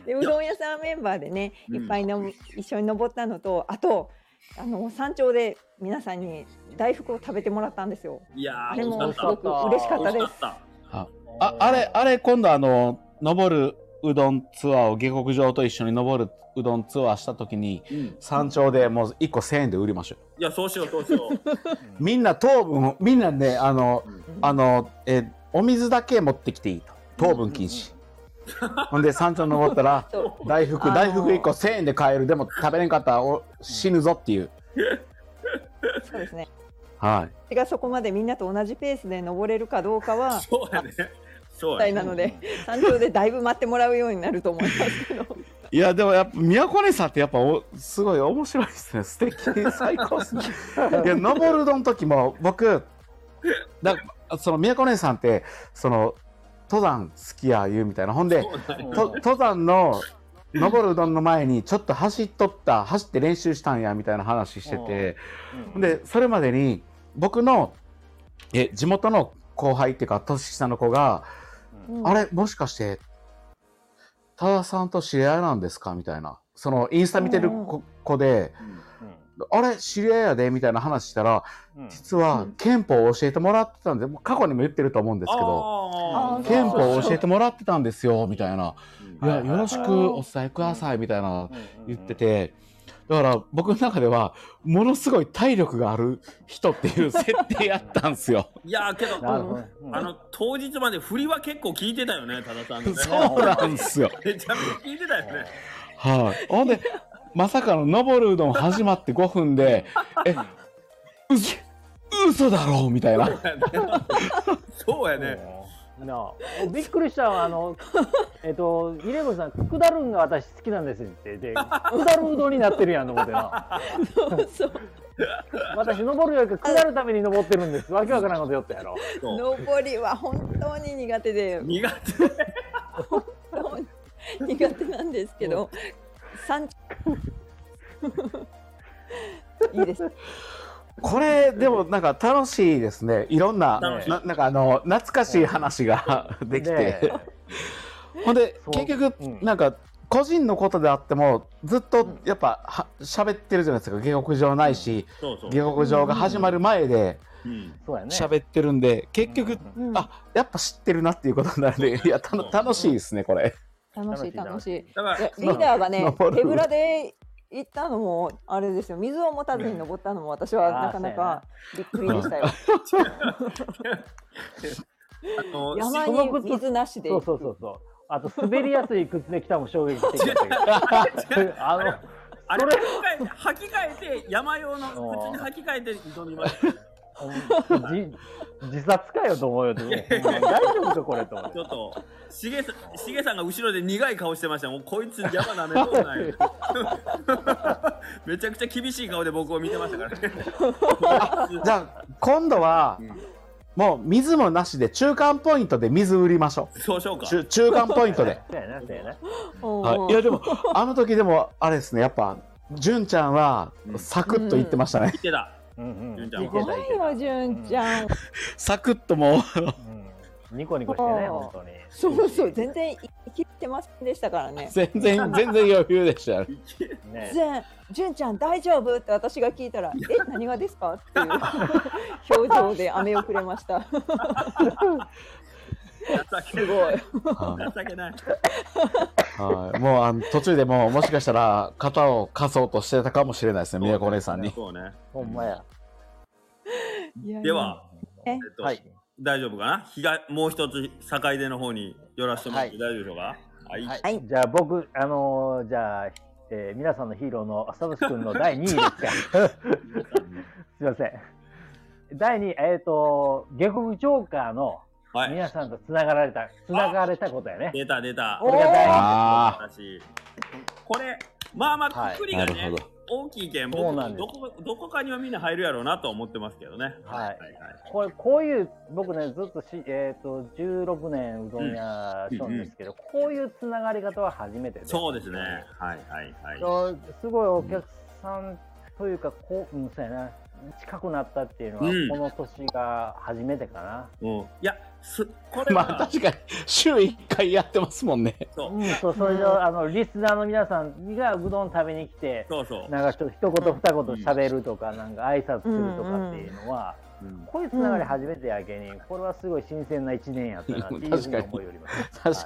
でうどん屋さんメンバーでね
うん
いっぱいの、一緒に登ったのとあとあの山頂で皆さんに大福を食べてもらったんですよ。
いやー
あれ
美
も
味し
す
か
ご
っ
く嬉しかった
た
で
美
す
味し。か
あ、あれ、あれ、今度あの、登るうどんツアーを下克上と一緒に登るうどんツアーした時に、
った、うん、い
山頂でもう1個1000円で売りましょ
やそうしようそうし よう
うみんな糖分をみんなねあのあのえお水だけ持ってきていいと糖分禁止、ほんで山頂登った ら
そう
大福
あの
大福1個1000円で買えるでも食べれんかったらお死ぬぞっていう
そうですね。
はい
私がそこまでみんなと同じペースで登れるかどうかは
そうやねそ
問
うや
題
ね
なので、山頂でだいぶ待ってもらうようになると思いますけど。
いやでもやっぱ宮古根さんってやっぱおすごい面白いですね素敵最高ですね いや登るどん時も僕だその宮古根さんってその登山好きや言うみたいなほんで
そうなんや
と登山の登るうどんの前にちょっと走っとった走って練習したんやみたいな話してて
うん
でそれまでに僕のえ地元の後輩っていうか年下の子が
うん
あれ、もしかして、多田さんと知り合いなんですかみたいな。そのインスタ見てる子子で、あれ、知り合いやでみたいな話したら、
うん
実は憲法を教えてもらってたんで、もう過去にも言ってると思うんですけど、
あー
あー
憲法
そう
を教えてもらってたんですよ、みたいな。いや、
はいはい
よろしくお伝えください、みたいな言ってて、だから僕の中では、ものすごい体力がある人っていう設定やったんですよ。
いやーけど、
なるほどねうん
あの当日まで振りは結構聞いてたよね、多田さんのね。
そうなんですよ。
めちゃめちゃ聞いてたよね。
はい。ほんで、まさかの登るうどん始まって5分で、え、うそ、嘘だろうみたいな。
そうやね。
なあびっくりしたのはあの えっとイレブンさん「くだるんが私好きなんです」って言ってで「くだるうどんになってるやん」と思ってな
そうそう
私登るよりか下るために登ってるんですわけわからんことよってやろ
そう
登りは本当に苦手で
苦
本当に苦手なんですけど山頂いいです
これ、でもなんか楽しいですね。いろんな、
楽
しい
ななんかあの、懐かしい話ができて。ほんで
そ、う
結局
うん、
なんか、個人のことであっても、ずっとやっぱ、は喋ってるじゃないですか。下克上ないし、
そうそう。
下克上が始まる前で
うん
そうやね
喋ってるんで、結局、
うん
あ、やっぱ知ってるなっていうことになるんで、いや、たの楽しいですね、これ。
楽しい楽しい
だか
い
ら
やリーダーがね
登る
手ぶらで行ったのもあれですよ水を持たずに登ったのも私はなかなかびっくりでしたよ
あの
山
そう
に水なしで
そうそうそうそうあと滑りやすい靴で来たも衝撃的だったけどあの
あれ履き替え履き替えて山用の口に履き替えて挑みました。
じ自殺かよと思うよでもほんま大丈夫かこれと思っ
ち
て
ょっとしげさんしげさんが後ろで苦い顔してました。もうこいつ邪魔なめそうなんやめちゃくちゃ厳しい顔で僕を見てましたからね。
じゃあ今度は
うん
もう水もなしで中間ポイントで水売りましょ
そうしようか
う。中中間ポイン トで、
そうやなそうやな
うん
はい、いやでもあの時でもあれですねやっぱ純ちゃんは
うん
サクッと言ってましたね、
見てた。
うんうん
じゃあ
いけた
怖
い
い
けた
よ純ちゃん
サクッともう
うんニコニコして
そ
ね、
う
本当に。
そうそう全然い生きてませんでしたからね
全然全然余裕でしたね
ね。
全純ちゃん大丈夫って私が聞いたらえ何がですかっていう表情で飴をくれました
情
すごい
は
情けない。
い、はい、もうあの途中でもうもしかしたら肩を貸そうとしてたかもしれないですね宮古お 姉さんに
そうね。
ほんまや。
いやいや
では、
え
えっと
はい。
大丈夫かな。日がもう一つ境出の方に寄らせてもらって大丈夫でしょうか。はい。
は
はいい。
じゃあ僕、あのー、じゃあ、えー皆さんのヒーローのサブス 君の第2位ですか。 すいません。第2位、えっ、と、下克ジョーカーの
はい。
皆さんとつながられた、つながれたことやね。
出た出た。
これが第2
あ
位。
あ
私これまあまあくくり
な
が
る
ね、
ほど
大きいけん
そう
僕
なんです
どこどこかにはみんな入るやろうなとは思ってますけどね。
はい
はい
これこういう僕ねずっとし、えー、と16年うどん屋しょんですけど、こういうつながり方は初めてで
そうですね。はいはいはい。
そうすごいお客さんというか、こう、うん、そうやな、近くなったっていうのは、
うん
この年が初めてかな。
うん、いやすこれは、
まあ確かに週1回やってますもんね
そう
うん、そう、それで、
うん
あの、リスナーの皆さんがうどん食べに来て、
そうそう。
なんかちょっと一言二言喋るとか、なんか挨拶するとかっていうのは、
うん
こういうつながり初めてやけに、これはすごい新鮮な一年やったなっていうふうに思いよりま す。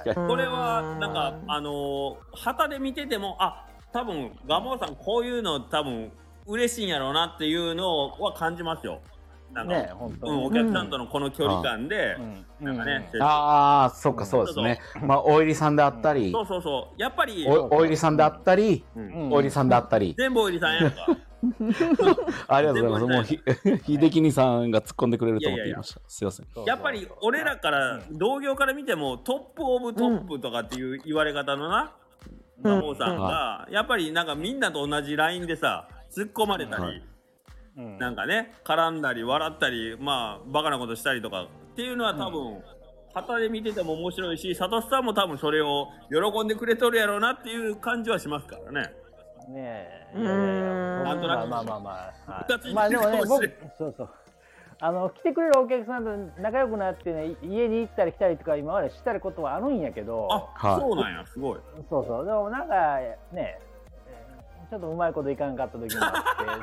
確かに
これはなんかあのー旗で見ててもあ多分ガモさんこういうの多分嬉しいんやろうなっていうのは感じますよ。なんか、
ね、本当
う
に。
んお客さんとのこの距離感で、
うん、うん、
なんかね、接
ああそうかそうですねまあおいりさんであったり
そうそうそうやっぱり、
おおいりさんであったり、
うん
うん
おいりさんであったり、
全部おいりさんやんか。
ありがとうございます。もうひ、 秀樹兄さんが突っ込んでくれると思っていました。すいません。
そうそう
やっぱり俺らから同業から見てもトップオブトップとかっていう言われ方のな
うん
馬王さんがやっぱりなんかみんなと同じラインでさ突っ込まれた
は
り
い
うん
なんかね絡んだり笑ったりまあバカなことしたりとかっていうのは多分旗で見てても面白いし、サトシさんも多分それを喜んでくれとるやろうなっていう感じはしますからね。
ねえ、
うーん
いやいやいや
なんとなく
まあまあまあ、ま
二
あ
つ
はい、まあで もね、
言って
僕
る、
そうそう。あの来てくれるお客さんと仲良くなってね、家に行ったり来たりとか今までしたりことはあるんやけど、
あ、
はい
そうなんや、すごい。
そうそう、でもなんかね、ちょっとうまいこといかんかった時もあ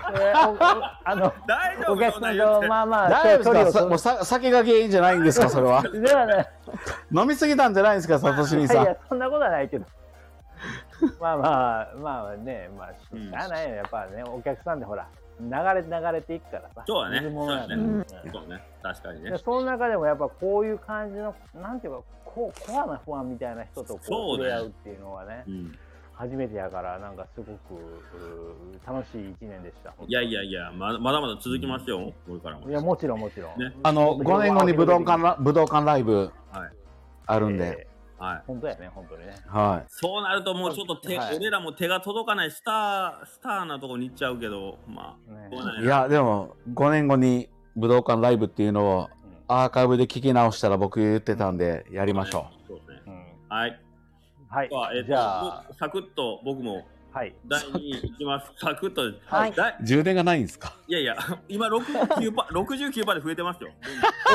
って、そ れおおあの
大丈夫
お客
そ
さん
んなん言っ
と
て
まあま
大
あ
丈夫ですか
取
さもうさ酒が原因じゃないんですかそれは
ではね、
飲みすぎたんじゃないんですかサトシ
い
兄さ
やい
ん
やそんなことはないけど。 まあまあまあねまあし
うん
ゃあないよやっぱねお客さんでほら流れ流れていくからさ
そうだね
水物やね
そうだね
うん
そうね、確かにね
で。その中でもやっぱこういう感じのなんていうかこうコアなファンみたいな人とこう
そう
触
だ
れ
よ
合うっていうのはね
うん
初めてやからなんかすごくうー楽しい一年でした
いやいやいや、ままだまだ続きますよ、これからも。
いやもちろんもちろん、
ね
あの5年後に武道館ラ武道館ライブ
はい
あるん
え
で、
え
はい。
本当やね本当にね
はい
そうなるともうちょっと手、
はい
俺らも手が届かないスター、スターなとこに行っちゃうけど、ま
ね
あ、どうなんや
いやでも5年後に武道館ライブっていうのをアーカイブで聞き直したら僕言ってたんでやりましょ
そうですね。
うん、うん
はい。
はい
ではえっと
じゃあ
もうサクッと僕も
はい
第2位いきます。サクッと。
はい
だいう
充電がないんですか
やいや、今69%パー、69%パーで増えてますよ。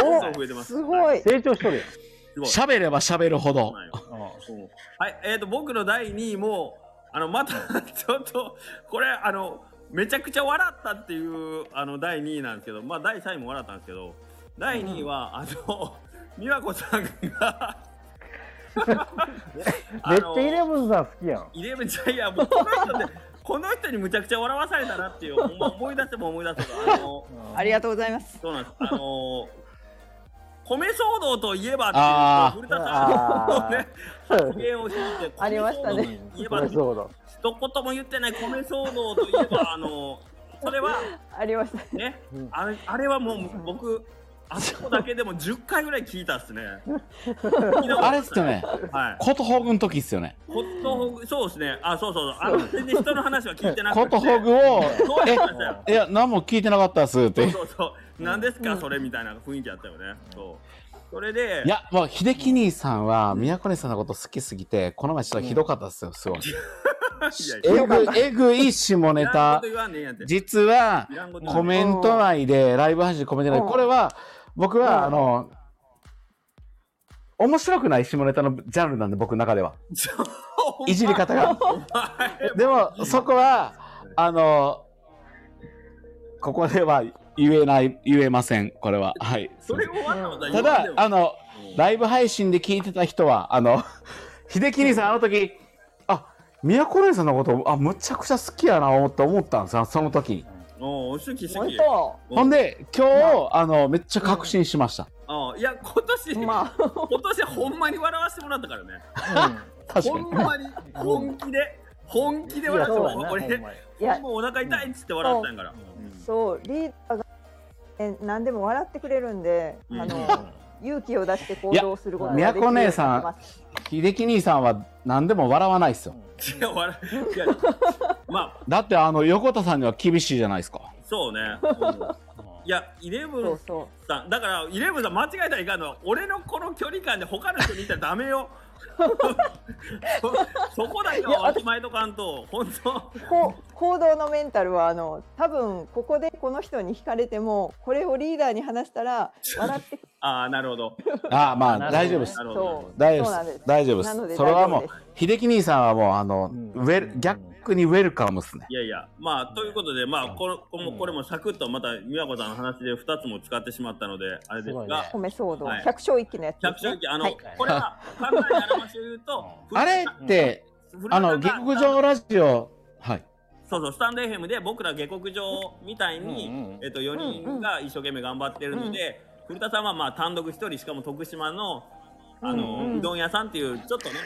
どんどん増えてます。
す
は
ごい。
成長しとるやん
すごい。
喋れば喋るほど
はい
うん、
うんはい、えっ、と、僕の第2位も、あの、また、 ちょっと、これ、あの、めちゃくちゃ笑ったっていう、あの、第2位なんですけど、まあ、第3位も笑ったんですけど、第2位は、あの、美和子さんが
めっちゃイレブンさん好きやん。
イレブンちゃんいやもうこの人で この人にむちゃくちゃ笑わされたなっていうほんま思い出せば思い出せばあの
ありがとうございます。
そうなんですあの米騒動といえば
あ
っていうと古田さんのね
あー
発言をしていて
ありましたね
米騒動といえ ば
なるほど。
一言も言ってない米騒動といえばあのそれは
ありました。
ね
うん
あれあれはもう僕あそこだけでも10回ぐらい聞いたっすね
あれっすよね
はい
ことほぐの時っすよね
ホットホグ、そうですね。あ、そうそうそう。あの、全然人の話は聞いてなくて。
ことほぐを
そうなんですよ。
いや何も聞いてなかったっすっ
そう
て
そうそう。何ですか、それみたいな雰囲気あったよね。そう。それで、
いやもう秀樹兄さんは宮古兄さんのこと好きすぎてこの前ちょっとひどかったっすよすごい
いや、
えぐえぐい下ネ
いらんこ
タ
と言わんねえやんって。
実はい
らんこと言わ
コ
んね
メント内でライブ配信コメント内
う
で
ん
これは僕
うん
はあの面白くない下ネタのジャンルなんで僕の中では
え。そうお前
いじり方が
お前
でもそこはあのここでは言えない言えませんこれははい
それをわざわざ言
た
わん
だ
でも
あの
うん
ライブ配信で聞いてた人はあの秀樹兄さんあの時あ宮古姉さんのことあむちゃくちゃ好きやなと思ったんですよその時に
おうお主き主
本
き。
当。
う
ほん。で今日あのめっちゃ確信しました
あいや、今年、
まあ、
今年ほんまに笑わせてもらったからね。
確か
ほ
に
んまに、本気で、本気で笑ってもらった。俺、
いや
もうお腹痛いっつって笑ったんやから。
そう、リーダーが。え、何でも笑ってくれるんで、
うん
あの、勇気を出して行動することが
いや
できるようになって
宮古姉さん
ます
秀樹兄さんは何でも笑わないですよ
いや、笑い。いや、まあ、
だってあの横田さんには厳しいじゃないですか
そうね。いや、イレブ
そ
ン
うそ
さん、だから、イレブンさん間違えたらいかんのは、俺のこの距離感で他の人見たらダメよ。 そそこだけはおしまいとかんと、本当
う。こう行動のメンタルはあの多分ここでこの人に惹かれてもこれをリーダーに話したら笑ってく
ああ、なるほど。
あまあ
なるほどね
大丈夫です
なるほ
そ
ど
う。
大丈
そうな
夫
ん
です
す
大丈夫
なの
です
で
それはも
大
う
丈夫
秀樹兄さんはもうあの、
うん
ウェル逆にウェルカムっすね
いやいや、まあ、ということで、まあ、このこのこれもサクッとまた、美和子さんの話で2つも使ってしまったので、あれです
すごいね、
が、
です米騒動、
はい
百姓一揆のやつ
百
です、ね
姓、記、あの、
はい
これは簡単に表して言うと
あれって、あの
劇
下克上ラジオはい
そうそう、スタンド FM で僕ら下克上みたいに、
うんうん
えっと、4人が一生懸命頑張ってるので、古田さんはまあ単独1人、しかも徳島の、あの、う
うんうん
どん屋さんっていう、ちょっとね、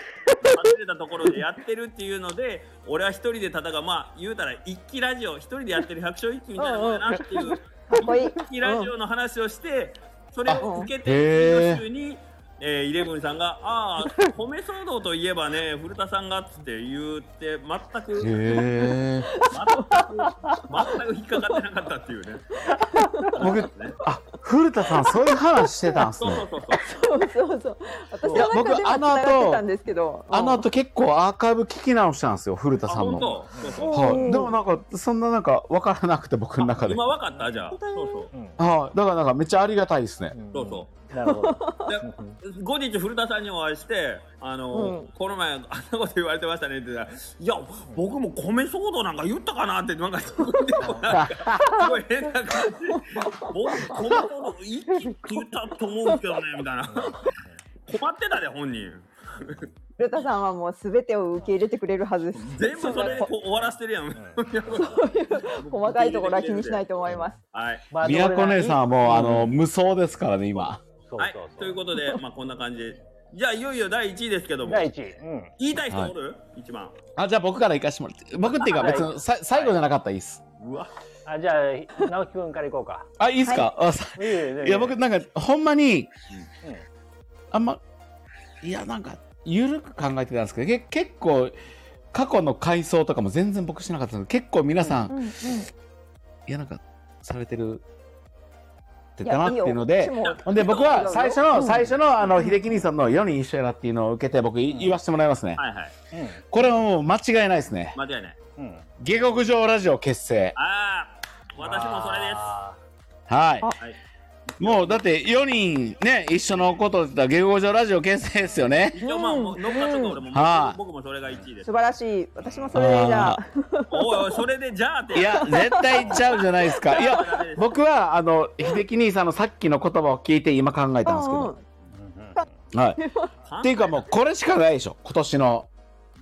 外れたところでやってるっていうので、 俺は一人で戦う、まあ言うたら一期ラジオ、一人でやってる百姓一揆みたいなもんだなっていう、
かっこいい
一期ラジオの話をして、それを受けて、
あへー
次の週に、えーイレブンさんが「ああ褒め騒動といえばね古田さんが」っつって言って全く
へえ
全く引っかかってなかったっていうね。
僕あ古田さん、そういう話してたんです
そうそ
ね
う。そうそ
そうそ
う。
うそう。私
いや
の
僕
中では
あの後
繋がってたんですけど。
あの後結構アーカイブ聞き直したんですよ、古
あ、
田さん
本
の。
当。そう
う
そ
ん
う。
はい。でもなんか、そんななんか分からなくて、僕の中で。
今
は
わかったじゃあ。そうそう。
うん
い。だからなんかめっちゃありがたいですね。
ん
そうそ
なるほど。
で後日古田さんにお会いして「あの
うん
この前あんなこと言われてましたね」って言ったら「いや僕も米騒動なんか言ったかな」ってなんかす ごい変な感じ「僕米騒動いつって言ったと思うんですけどね」みたい な困ってたで本人
ルタさんはもう全てを受け入れてくれるはずです。
全部それでこう終わらせてるやん
細かいところは気にしないと思います。
はい
まあ
宮古姉さんはもう、あ、
どれ
の、無双ですからね、今。
そう
はい
そうそう
ということでまあこんな感じでじゃあいよいよ第1位ですけども
第一位。うん。
言いたい人おる、一番
あ、じゃあ僕から行かしてもらって。僕っていうか、別にさ最後じゃなかったらいいっす。
うわ
あ、じゃあ、直樹くんから行こうか。
あ、いいっすか、あさ
いいよいいよ
いや、僕なんか、ほんまに
うん、
あんま、いや、なんか、ゆるく考えてたんですけど、け結構、過去の回想とかも全然僕しなかったんですけど、結構皆さん、
うんうん。
いや、なんか、されてる、って
い
たな
や
っ
い
て
い
いう
よ。
の
こっ
で
ち、も
ほんで僕は最初の、
うん
最初のあの、秀樹兄さんの4人一緒やなっていうのを受けて僕い
うん
言わせてもらいますね。
はいはい
これはもう間違いないですね。
間違いない
うん。うん。
下克上ラジオ結成。
ああ私もそれです
あ
はい
あ。
はい
もうだって4人ね、一緒のことって言ったら下克上ラジオ結成ですよね。
一応まあ、もう乗っかっとく俺も、
はい
僕もそれが1位です
素。晴らしい。私もそれでじゃ
あ
あ。
おいおい、それでじゃあって。
いや、絶対行っちゃうじゃないですか。いや、僕はあの、秀樹兄さんのさっきの言葉を聞いて今考えたんですけ
うんう
ど
ん。
ー。
はい。
っ
っていうかもうこれしかないでしょ。今年の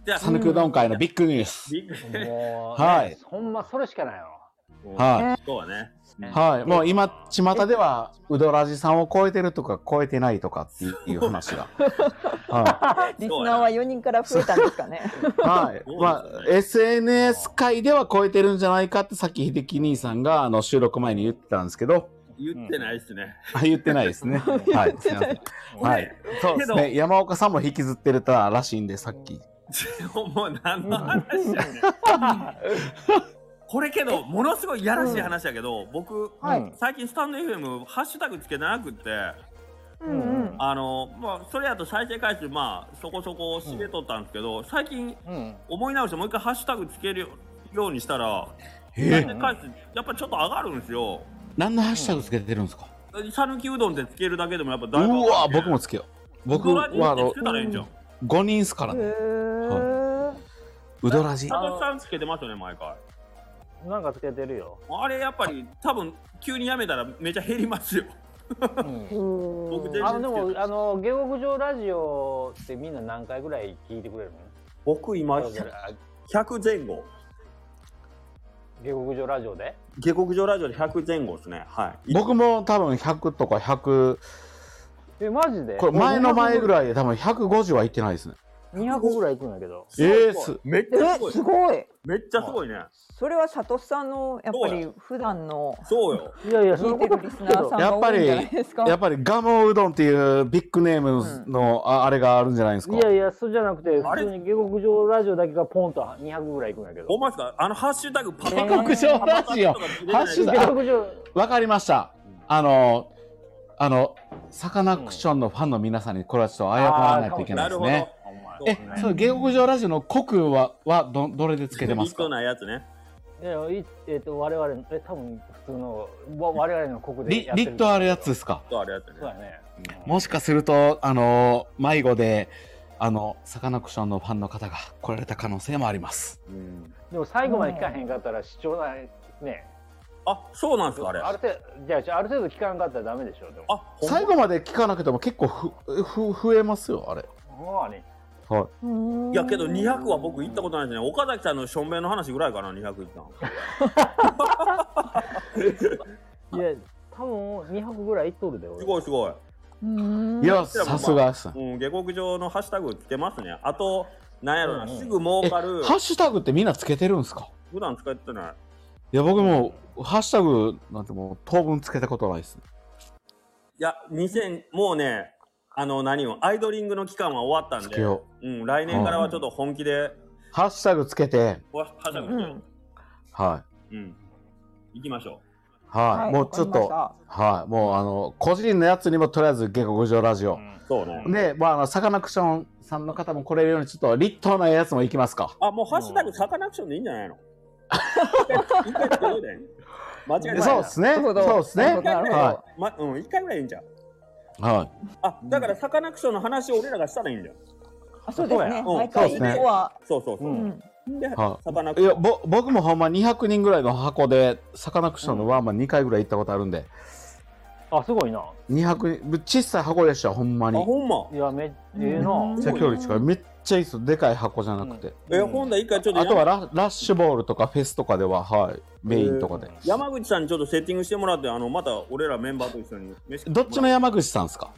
じゃあ、
讃岐うどん会のビッグニュース。
ビッグ
うんもう、
はい
ほんまそれしかないよ。
はい。
そうはね。
はい、もう今巷ではうどらじさんを超えてるとか超えてないとかっていう話 が、は
リスナーは4人から増えたんですかね。
い、はい、まあ SNS 界では超えてるんじゃないかってさっき秀樹兄さんがあの収録前に言ってたんですけど、
言ってないっすね。
あ言ってないですね。はい、すいません。はい、そうですね。山岡さんも引きずってたらしいんでさっき。
もう何の話やねん。これけど、ものすごいやらしい話やけど、僕、
はい
うん
最近スタンド FM ハッシュタグつけてなくって、
うんうん。
あの、まあ、それやと再生回数、まあ、そこそこ知れとったんですけど、最近
うん。
思い直してもう一回ハッシュタグつけるようにしたら、
え
再生回数やっぱちょっと上がるんですよ。
何のハッシュタグつけてるんですか。
讃岐うどんってつけるだけでもやっぱ
う
だいぶ上が
わ、
る
僕もつけよう。僕
うどらじ
はあ
って
の
つけたらいいんじゃん。
五人っすから
へ
ね。
ー
うどらじ。
佐藤さんつけてますよね毎回。
なんかつけてるよ。
あれやっぱり多分急にやめたらめちゃ減りますよ。
うん
うん
僕全然
あのでもあの下克上ラジオってみんな何回ぐらい聞いてくれるの？
僕今
それぞれあ
100前後。
下克上ラジオで？
下克上ラジオで100前後ですね。はい。
僕も多分100とか100。
えマジで？
これ前の前ぐ
い。
らいで多分150はいってないですね。
200ぐらい行くんだけど。
えーす
めっちゃすご
え、
い。
すごい。
めっちゃすごいね。
それはサトシさんのやっぱり普段の
そうよ。
いやいやそ
聞
の
いて
こと
るリスナーさんが多いんじゃないですか。
やっぱりガモうどんっていうビッグネームの、ああれがあるんじゃないですか。
いやいやそうじゃなくて
あ
普
れ
通に下克上ラジオだけがポンと200ぐらい行くんだけど
ほ。んまですかあのハッシュタグパ
下
タ
克
上ラジオハッシュタ
下
グ
克上
わかりました。あの、あの、サカナクションのファンの皆さんにこれはちょっとあやかわないといけ
な
な
い
で
る
す
ほど。
ね。
ほど
え、その下克上ラジオの国は、はど、どれでつけてま
ビ
す
ッグ
か
なやつね。
いやいえっと我々のえ多分普通のわ我々の国で
リ
やって
リッ
る
トあるやつですか
そうあれやつ
そう
ね。
だね。
もしかすると、あの、迷子で、あの、サカナクションのファンの方が来られた可能性もあります。
うん
でも最後まで聞かへんかったら視聴ないね。
あ、そうなんですかあれ。
ある程度じゃあじゃあある程度聞かんかったらダメでしょでも。
あ、ほんま
最後まで聞かなくても結構ふ、ふ、増えますよ、あれ。
ほんまに。
はい。
うん
いやけど200は僕行ったことないですね。岡崎さんのしょんべんの話ぐらいかな、200行ったの。
いや、多分200ぐらいいっとるで、俺。
すごいすごい。
うん
いや、さすがですね。
うん、下克上のハッシュタグつけますね。あと、なんやろな、すぐ儲
え
かる。
ハッシュタグってみんなつけてるんですか
普段使ってない。
いや、僕もう、ハッシュタグなんてもう当分つけたことないです。
いや、2000、もうね、あの、何を、アイドリングの期間は終わったん
つ
で、
けよ
うん、来年からはちょっと本気で、
う。ハッシュタグつけて、
ハッシュタグつけよ
うん
う。
は
うん。行きましょ
い。はい、もう
わか
ちょ
り
っ
まし
と、
た
はい、もうあの、個人のやつにもとりあえず下克上ラジオ。
そうね。
で、まあ、あの、サカナクションさんの方も来れるように、ちょっと立東のやつも行きますか。
あ、もうハッシュタグサカナクションでいいんじゃないの一回作ろうで間違いない。
そうですね。
なる
そ
ほ
う
ど
ですね。
なるほどなるほど
は
ま、うん、一回ぐらいいいんじゃん。
い。は
あ、だからサカナクションの話を俺らがしたらいいんじゃん。
あそうですね
そうや
毎
そう
回
で
一
すね
個は
そうそうそう
うんん
う。で、
は
サカナク
い。い
ショ
や、
ン。
ぼ、僕もほんま200人ぐらいの箱で、サカナクションのワーマン2回ぐらい行ったことあるんで、
あ、すごいな。
200人、ぶ小さい箱でした、ほんま
あ、
に。
ほんま。
いや、めっええ
うん
な
めっちゃ距離近い。めっちゃいいっすよ。でかい箱じゃなくて。
え、ほんだ一回ちょっと
あとは
山
ララッシュボールとかフェスとかでは、はい、メインとかで。
山口さんにちょっとセッティングしてもらって、あの、また俺らメンバーと一緒に飯食ってもらう。
どっちの山口さんですか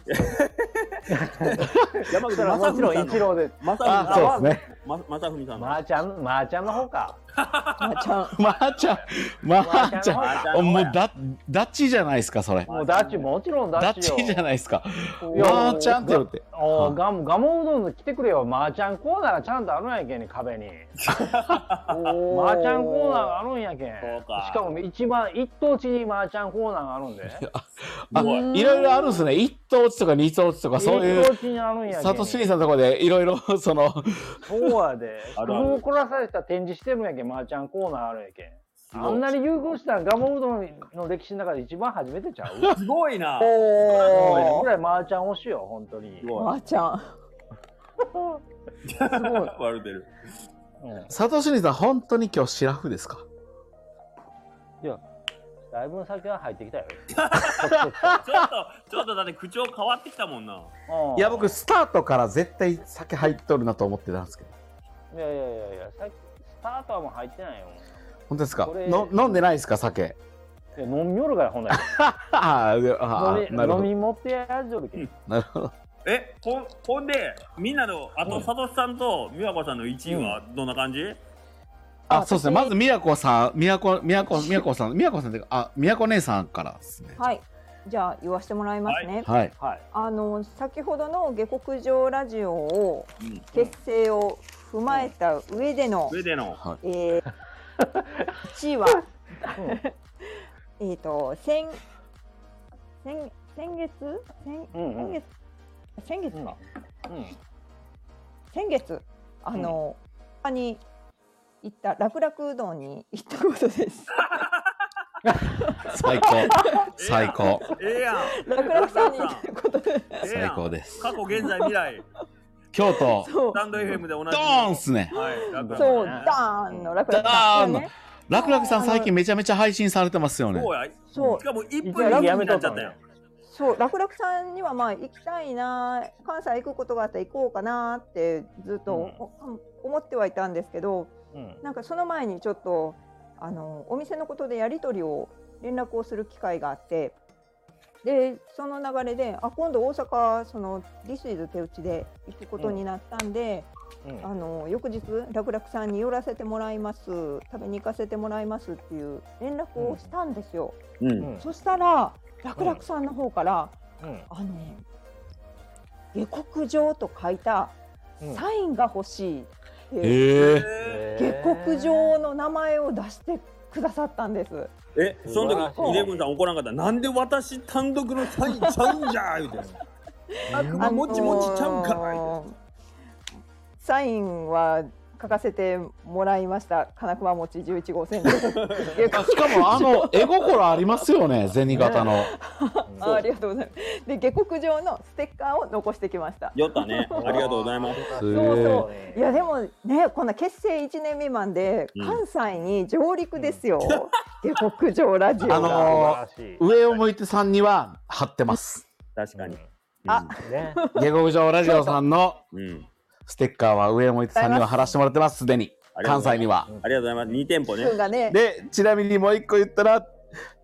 山口
それ
さ
は
ん、
もちろん一
一郎。
郎です。
ま
あ、
さ
そ
ふみさんの。
うですね。
ままさふみさんの。
まーちゃん、まーちゃんの方か。
まあちゃん
まー、ちゃん、まー、ちゃん。
まあちゃんの
お
方
もう
や
だ、ダッチじゃないですか、それ。
もうダッチ、もちろんダ
ダ
ッ
ッ
チよ。
チじゃないですか。
いや
まーちゃんって言って。
おーガモガモうどんの来てくれよ。マーちゃんコーナーがちゃんとあるんやけんね、壁に。マーちゃんコーナーがあるんやけん。
そうか
しかも一番一等地にマーちゃんコーナーがあるんで。
あ、いろいろあるんですね。一等落ちとか二等落ちとか、そうい
一
う
等。地にあるんやけん。
サトシリさんのところでいろい ろその
そうやで。
あるある
工夫凝らされた展示してるんやけん、マーちゃんコーナーあるんやけん。
ごい
あんなに融合したんガモうどんの歴史の中で一番初めてちゃう
すごいな。
こ
お
れぐ
ー
らいマーちゃん推しよ、本当に
す。ごい。
まあちゃん
すごい。笑ってる。
うん
サトシリさん本当に今日シラフですか
いや、だいぶ酒は入ってきたよ。
ちょっと、ちょっとだって口調変わってきたもんな。
うん
いや僕スタートから絶対酒入っとるなと思ってたんですけど
いやいやいやいや、さっきスタートはもう入ってないよ。
本当ですか
これ
の飲んでないですか酒
いや飲みよるから、ほんな
あーであ
ら。
ー
飲み
なるほ
飲
ど
み持ってやるぞるけん。
なるほど
え、ほん、ほんで、みんなの、あと、サトシさんと、美和子さんの一位は、どんな感じ。
あ
あ
そうですね
私
まずみやこさんみやこみやこみやこさんみやこさんっていうかあみやこ姉さんからですね
はいじゃあ言わせてもらいますね
はい
はい。
あの先ほどの下克上ラジオを
うん。
結成を踏まえた上での、
上での。
えー、1位は、 えっと先先先月先
うんうん
先月先月
うん
か、
うん
先月あの、他に行った楽々うどんに行ったことです。
最高最高
ええやん。
楽々さんに行ったことです。
ええ
最
や
高
ん。
です
過去、現在、未来。
京都
そう
スタンド FM で同じ。
ドーンっすね
はい。楽々
そう
ね
ダーンの楽々さん、
ダーンの
ね、
楽々さん最近めちゃめちゃ配信されてますよね
そうや。
そう
しかも、一
一
分
時
に
期や
や
め
めとっ
とっ
ち
た
ゃ
ん
ったよ
や。。
そう楽々さんにはまあ行きたいな関西行くことがあったら行こうかなってずっとお思ってはいたんですけど
うん
なんかその前にちょっとあのお店のことでやり取りを連絡をする機会があってでその流れであ今度大阪その「This is 手打ち」で行くことになったんで、
うん
あの翌日楽々さんに寄らせてもらいます食べに行かせてもらいますっていう連絡をしたんですよ。
う。
うんん
そしたら楽々さんの方から、
うん
あの下克上と書いた
うん
サインが欲しいって、
ええ
え
下克上の名前を出してくださったんです。
ーえ、その
素晴ら
時、
しい
イレブンさん怒らんかった。なんで私単独のサインちゃうんじゃ言うて。
あ
まあもちもちちゃうんかい
サインは書かせてもらいました。金熊餅十一 号線です。下
あ
克
しかもあの絵心ありますよね銭形の、
あありがとうございます。で下克上のステッカーを残してきました。
酔ったね。ありがとうございます。
す
そう
げえ
そういやでもねこんな結成1年未満で
うん
関西に上陸ですよ、下克上ラジオが、
あのー
素晴らしい
上を向いてさんには貼ってます
確かに。
あ
ね
下克上ラジオさんの
うん。
ステッカーは上を向いてさんには貼らせてもらってますすでに
ありがとう
関
ござ
西
います
には
ありがとうございます。二店舗ね。
君がね
でちなみにもう一個言ったら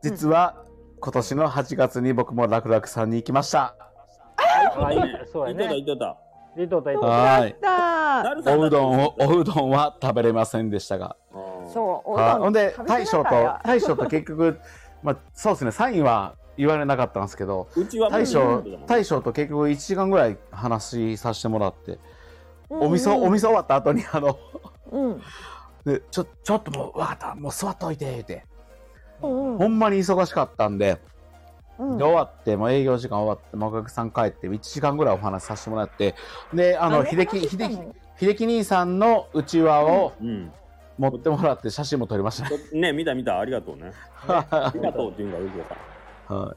実は今年の8月に僕も楽々さんに行きました
あいい そうや
言っとった
ね
言っとった。
リトと言
そう
っとっ
は
だ
ーい
った
なるさん
お
だ
う
って
どんをおうどんは食べれませんでしたが
う。
そうおうど
はいほんで
食べてな
大将と
かった
大将と結局 まあそうですねサインは言われなかったんですけど
うちは
大将大
将。
将と結局1時間ぐらい話させてもらって、
うん
お店お店終わった後にあの
うん
でちょちょっともうわかったもう座っといて言うて、
うん
ほんまに忙しかったんで、
うん
で終わって、もう営業時間終わって、もうお客さん帰って、1時間ぐらいお話しさせてもらって、で、あの、
れ
秀樹、
話し
秀樹
たの、
秀樹兄さんのうちわを
うん。
持ってもらって写真も撮りました。
ね、見た見た、ありがとうね。あ
は
りがとうっていうんだよ、よくわか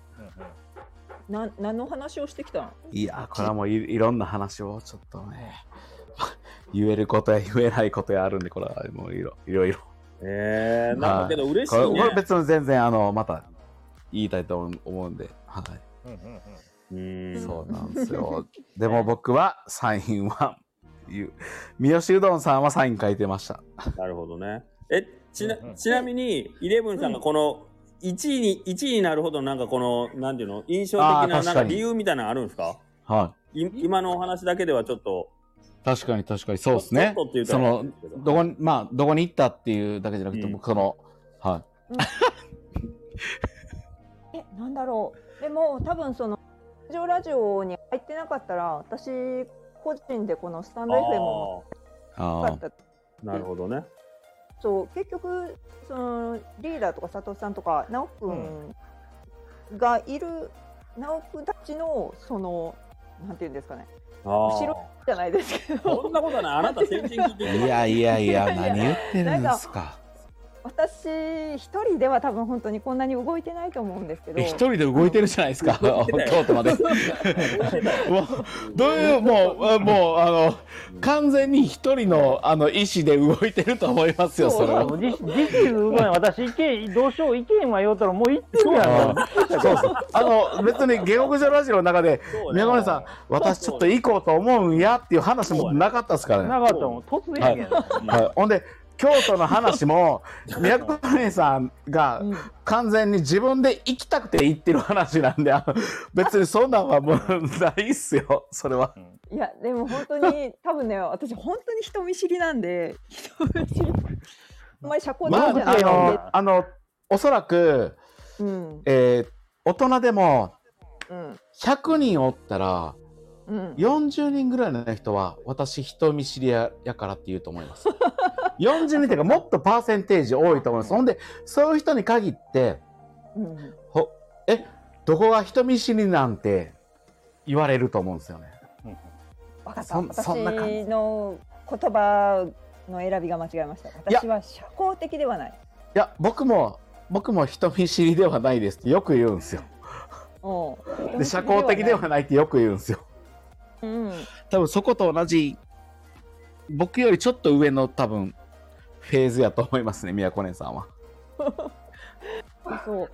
な何の話をしてきたの
いいやー、これはもういいろんな話をちょっとね、言えることや言えないことやあるんで、これはもういろいろいろ。
んないえー、なんかけど嬉し
これ
い
こ
ね。
れ別に全然、あの、また言いたいと思うんで、はい。
うんうんうん
うん。
そうなんですよ。でも僕はサインは、言う三好うどんさんはサイン書いてました。
なるほどね。え、ちな
うんうん
ちなみに、イレブンさんがこの1位に、1位になるほどのなんかこの、なんていうの、印象
あー
的な
確
なん
か
か
に
理由みたいなのあるんですか
はい
今のお話だけではちょっと、
い。確かに確かに、そうですね
ちょっとってい。うか
その、どこに、まあ、どこに行ったっていうだけじゃなくて、
うん
僕その、は
えなんだろうでも多分その「ラジオラジオ」に入ってなかったら私個人でこのスタンド FM も
あ
な
い。
か
あ
った
ーなるほどね。
そう結局そのリーダーとか佐藤さんとか直くんがいる直くんたちのそのなんていうんですかね
ああ
後ろじゃないですけ
そ
ど
んなことはない。あなた先人聞いて
あ。
る
いやいやいや、
いやいや
何言ってるんですか。
私一人では多分本当にこんなに動いてないと思うんですけど
え一人で動いてるじゃないですか。
動
京
いてたよ
都 まで。もう、どういう、もう、あもう、あの、完全に一人の、あの、意思で動いてると思いますよ、それは
も。う実質うまい私意見どうしよう意見迷ったらもう言ってるやん
あーそうそうあの別に下克上ラジオの中で
そうね
宮古さん私ちょっと行こうと思うんやっていう話もなかったですからね
なかったもん突然やけど
はい、 ほんで京都の 話も宮古姉さんが
うん
完全に自分で行きたくて行ってる話なんであの別にそんなんはもうないっすよそれは。
いやでも本当 に多分ね私本当に人見知りなんで人見知りあんまり社交的
まあ
じゃない
あ
んで、
のあのおそらく、
うん
えー大人でも
うん
100人おったら
うん
40人ぐらいの人は私人見知りややからって言うと思 います40人っていうかもっとパーセンテージ多いと思いますほんでそういう人に限って
うん
ほえどこが人見知りなんて言われると思うんですよね
わかった
そん
私
そんな感じ
の言葉の選びが間違えました
いや
私は社交的ではない
いや僕も僕も人見知りではないですってよく言うんですよ
うん
で社交的ではないってよく言うんですよ
うん
多分そこと同じ僕よりちょっと上の多分フェーズやと思いますね宮古姉さんは
そう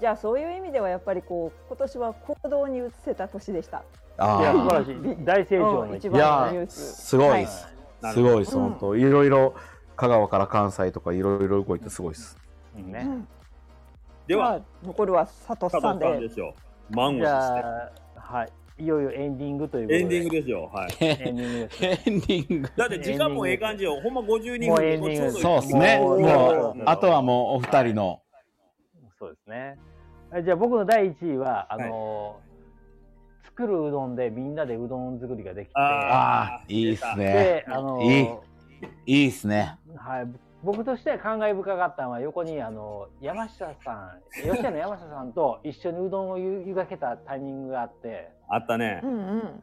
じゃあそういう意味ではやっぱりこう今年は行動に移せた年でした
いや
あ
素
ー
晴らしい大成長
うん
の
一
い
番
や
ニュー
ー
ス
すごいです、
は
なる
す
ほど
ごいです、
うん
本当。いろいろ、香川から関西とかいろいろ動いてすごい です。
い
は
ね
い
では、
残るは佐藤
佐
さん
藤さん
で
ですよ。満を
じ
持
ゃ
し
あはいいよいよエンディングというこ
て。
とで
エンディングですよ。はい。
エ
エンディングです
ンディング。
だって時間もええ感じよ。ほんま52
もう
分
エ
で
ンディング
ちょうどいい
そうですね。
もう
もう
もう、
あとはもうお二人の。
そうですねじゃあ僕の第一位はあのー作るうどんでみんなでうどん作りができて
あ
ああ
ー
ー、いいっすね。
であのー
いいいいっすね。
はい、僕としては感慨深かったのは横にあの山下さん吉野の山下さんと一緒にうどんをゆ湯がけたタイミングがあって
あったね
う。んうん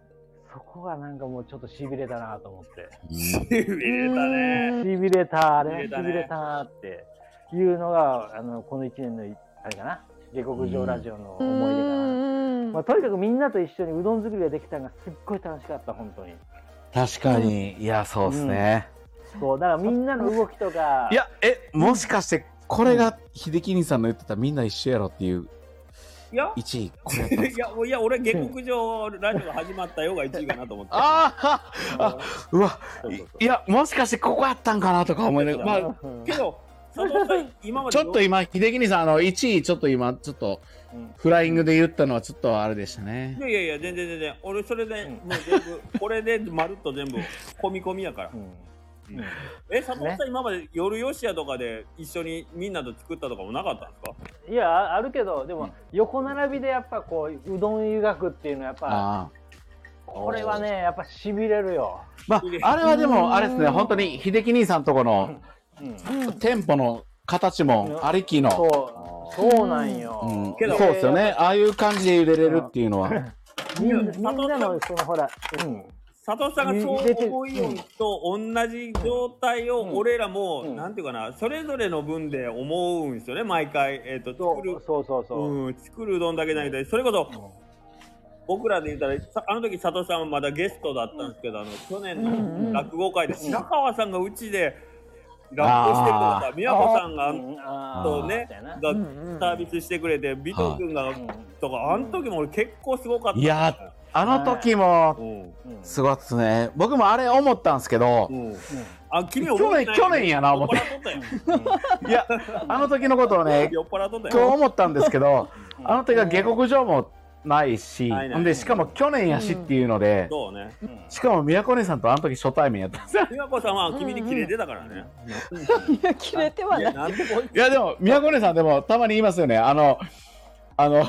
そこがなんかもうちょっとしびれたなと思って
入れたね。
しびれたあれ
痺れ
した
ね
びれたっていうのがあのこの1年のあれかな下克上ラジオの思い出かな、まあ、とにかくみんなと一緒にうどん作りができたのがすっごい楽しかった本当に
確かに。いや、そうっすね。
そうだからみんなの動きとか
いや、え、もしかして、これが秀樹兄さんの言ってたみんな一緒やろっていう
いや、
1位、これやったんで
い
すか。
や、いや俺、下克上ラジオが始まったよが1位かなと思って。
あーあ、うわ、
そうそう
いいや、もしかしてここやったんかなとか思いながら、まあ、
うん
けど、佐藤さん、今まで
ちょっと今、秀樹兄さん、あの、1位、ちょっと今、ちょっと、
うん
フライングで言ったのはちょっとあれでしたね
い。やいやいや、全然全然。俺、それで、
うん
もう全部、これでまるっと全部、込み込みやから
う。んうん
え、佐藤さん、今まで夜よしやとかで一緒にみんなと作ったとかもなかったんですか
いやああるけどでも横並びでやっぱこううどん湯がくっていうのはやっぱ
ああ
これはねやっぱしびれるよ、
まあ、あれはでも、あれですね、本当に、秀樹兄さんとこの
うん、
店舗の形もありきの、
そうそうなんよ、
うん、
けど
そうですよねああいう感じで茹でれるっていうのは
みんみんなのそのほら、うん、
佐藤さんがそう思いよんと同じ状態を
うん
俺らも、
うん
なんていうかなそれぞれの分で思うんですよね毎回、えっと
そ
作る
うそうそうそう、
うん、作るうどんだけじゃなくてそれこそ僕らで言ったらさあの時佐藤さんはまだゲストだったんですけど、あの去年
うんう
の
ん
落語会で白川さんがうちで落語してくれた宮子さんがとね
が
が
うんうん
サービスしてくれて尾藤君がとかあの時も俺結構すごかった
いや あの時も
うん
すごいですね僕もあれ思ったんですけど
うん
うん
あ君
去年去年やな思って
酔っ払っとったやん
いやあの時のことを ね
酔っ払っとった
今日
やん
思ったんですけ どあの時は下克上もないし
ないない
んでしかも去年やしっていうので
そうね
しかも宮古姉さんとあの時初対面やったんですよ
美和子さんは君にキレてたからね、
いや切れてはいな
や
い。
なんでこい
いやでも宮古姉さんでもたまに言いますよねあのあの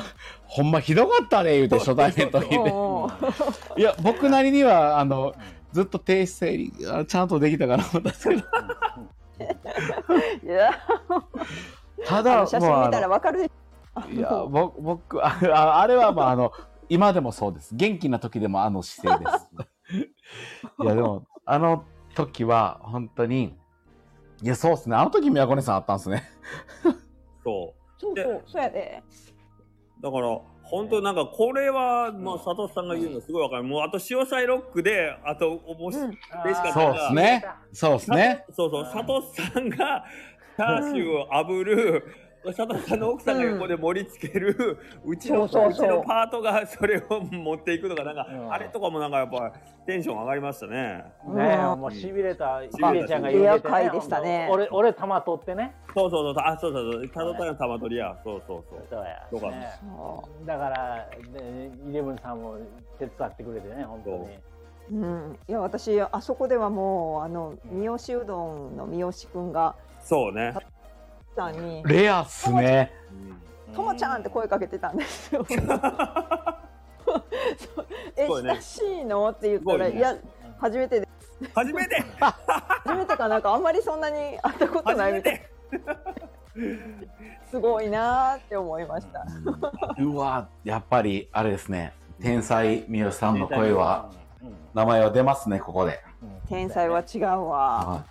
ほんまひどかったね言うて初対面と言って
おー
いや僕なりにはあのずっと停止整理あちゃんとできたかなと思ったんですけど
いや
た
あ
だ
の写
もう
真
あ
見たら
の
わかるでし
いやぼ僕 あああれはまああの今でもそうです元気な時でもあの姿勢です いやでもあの時は本当にいやそうっすねあの時宮古根さんあったんで すね
そう
ょ。そうそうそうやで。
だから本当なんかこれは、まあ、佐藤さんが言うのすごいわかる、もうあと潮祭ロックであとおもし、
うん
でしか
そうっすねそうっすね
そうそう佐藤さんが チャーシューを炙る、佐藤さんの奥さんが横で盛り付ける、うちの
そうそうそう
ちのパートがそれを持っていくとかなんか、
うん
あれとかもなんかやっぱテンション上がりましたね
ねえ、もうしびれた、しびれちゃんが
レア
言うて
回でしたね
俺、俺、玉取ってね。
そうそうそうあそうそうそう佐藤さんが玉取りやそうそうそう
そうや。
よかった
ね
そ
だから、ねイレブンさんも手伝ってくれてね、本当に。
ううん、いや私あそこではもうあの三好うどんの三好くんが
そうね、
さんに
レアっすね
「ともちゃん!」って声かけてたんです よ。え
そうね
親しいのって言ったら「
すごいね
いや初めてで
初めて
初めてかなんかあんまりそんなに会ったこと
初
ない
め
みたいな
て
すごいなーって思いました。
うわやっぱりあれですね天才三好さんの声は
うん。うん
名前は出ますねここで
天才は。違うわ。
は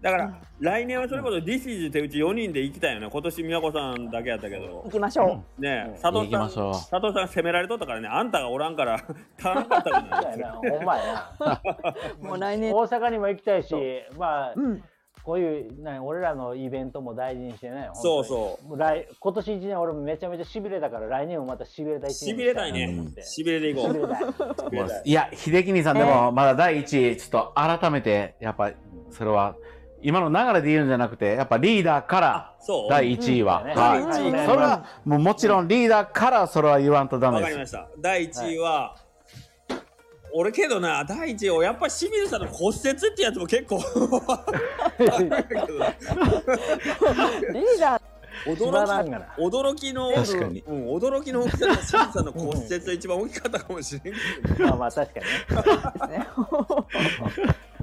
だから来年はそれこそ「ThisIs」ってうち4人で行きたいよね今年宮子さんだけやったけど
行きましょう。
ね
うん
え佐藤さん
行きましょう
佐藤さん責められとったからねあんたがおらんから 足らなかったじゃ
そ
な
う
いで
や
す
な
か
ほんまやな。
もう来年。
大阪にも行きたいし、まあ、
うん。
こういう、な俺らのイベントも大事にしてね。
そうそう
う。来、今年一年、俺もめちゃめちゃしびれたから、来年もまたしびれた一年
し
に
び
し
れ
た
た
い
い
なと思
ね
って。
しびれていこ
しびれ
う
た
し
い。
い
びれたい
いや秀樹兄さんでもまだ第一位ちょっと改めてやっぱそれは今の流れで言うんじゃなくてやっぱリーダーから
そう
第1位は、
うん
はい、
うん
それはもうもちろんリーダーからそれは言わんとダ
わ
メ
か
で
り
す
ました第1位は俺けどな第1位をやっぱ清水さんの骨折ってやつも結構
リーダー。
しばらんがな。
驚きの
確かに
うん、驚きの大きさが清水さんの骨折が一番大きかったかもしれんけど
まあまあ確かにね。
ですね。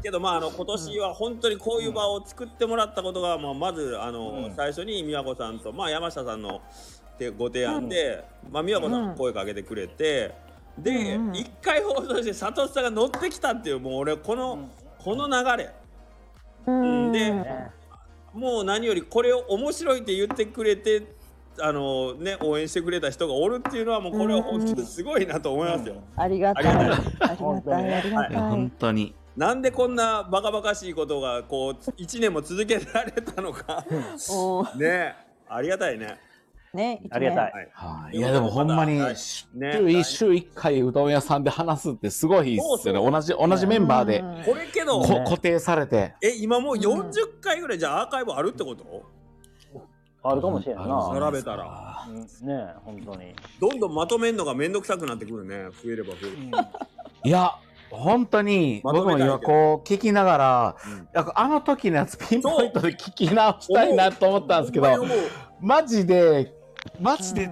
けどまああの今年は本当にこういう場を作ってもらったことが、まあ、まずあの、
うん
最初に美和子さんと、まあ、山下さんのてご提案で、まあ、美和子さんが声かけてくれて、で、
うんうん
一回放送して佐藤さんが乗ってきたっていうもう俺この、この流れ
うん
で
ね
もう何よりこれを面白いって言ってくれてあのね応援してくれた人がおるっていうのはもうこれは本当にすごいなと思いますよ。
ありがたい。
あり
ありが
本当
た
に
い。
ね
ありが
いや
た
本
い。
当に
なんでこんなバカバカしいことがこう1年も続けられたのか
おー
ねありがたいね。
ね。
ありがたい。
はい
はいいやでもほんまに
はい
週
ね
1週1回うどん屋さんで話すってすごいですよ
そうそ
ね同じ同じメンバーで
うん
これけど、
こ固定されて
え、今もううん40回ぐらいじゃあアーカイブあるってこと
あるかもしれん
うん
な。
並べたら
うんねえ、本当に。
どんどんまとめんのがめんどくさくなってくるね。増えれば増える。
いや本当に
まと
僕
めたい
も
けど
今こう聞きながら
うん
なんかあの時のやつピンポイントで聞き直したいなと思ったんですけ
ほんま
ど
に思う
マジでマ
うん
ジで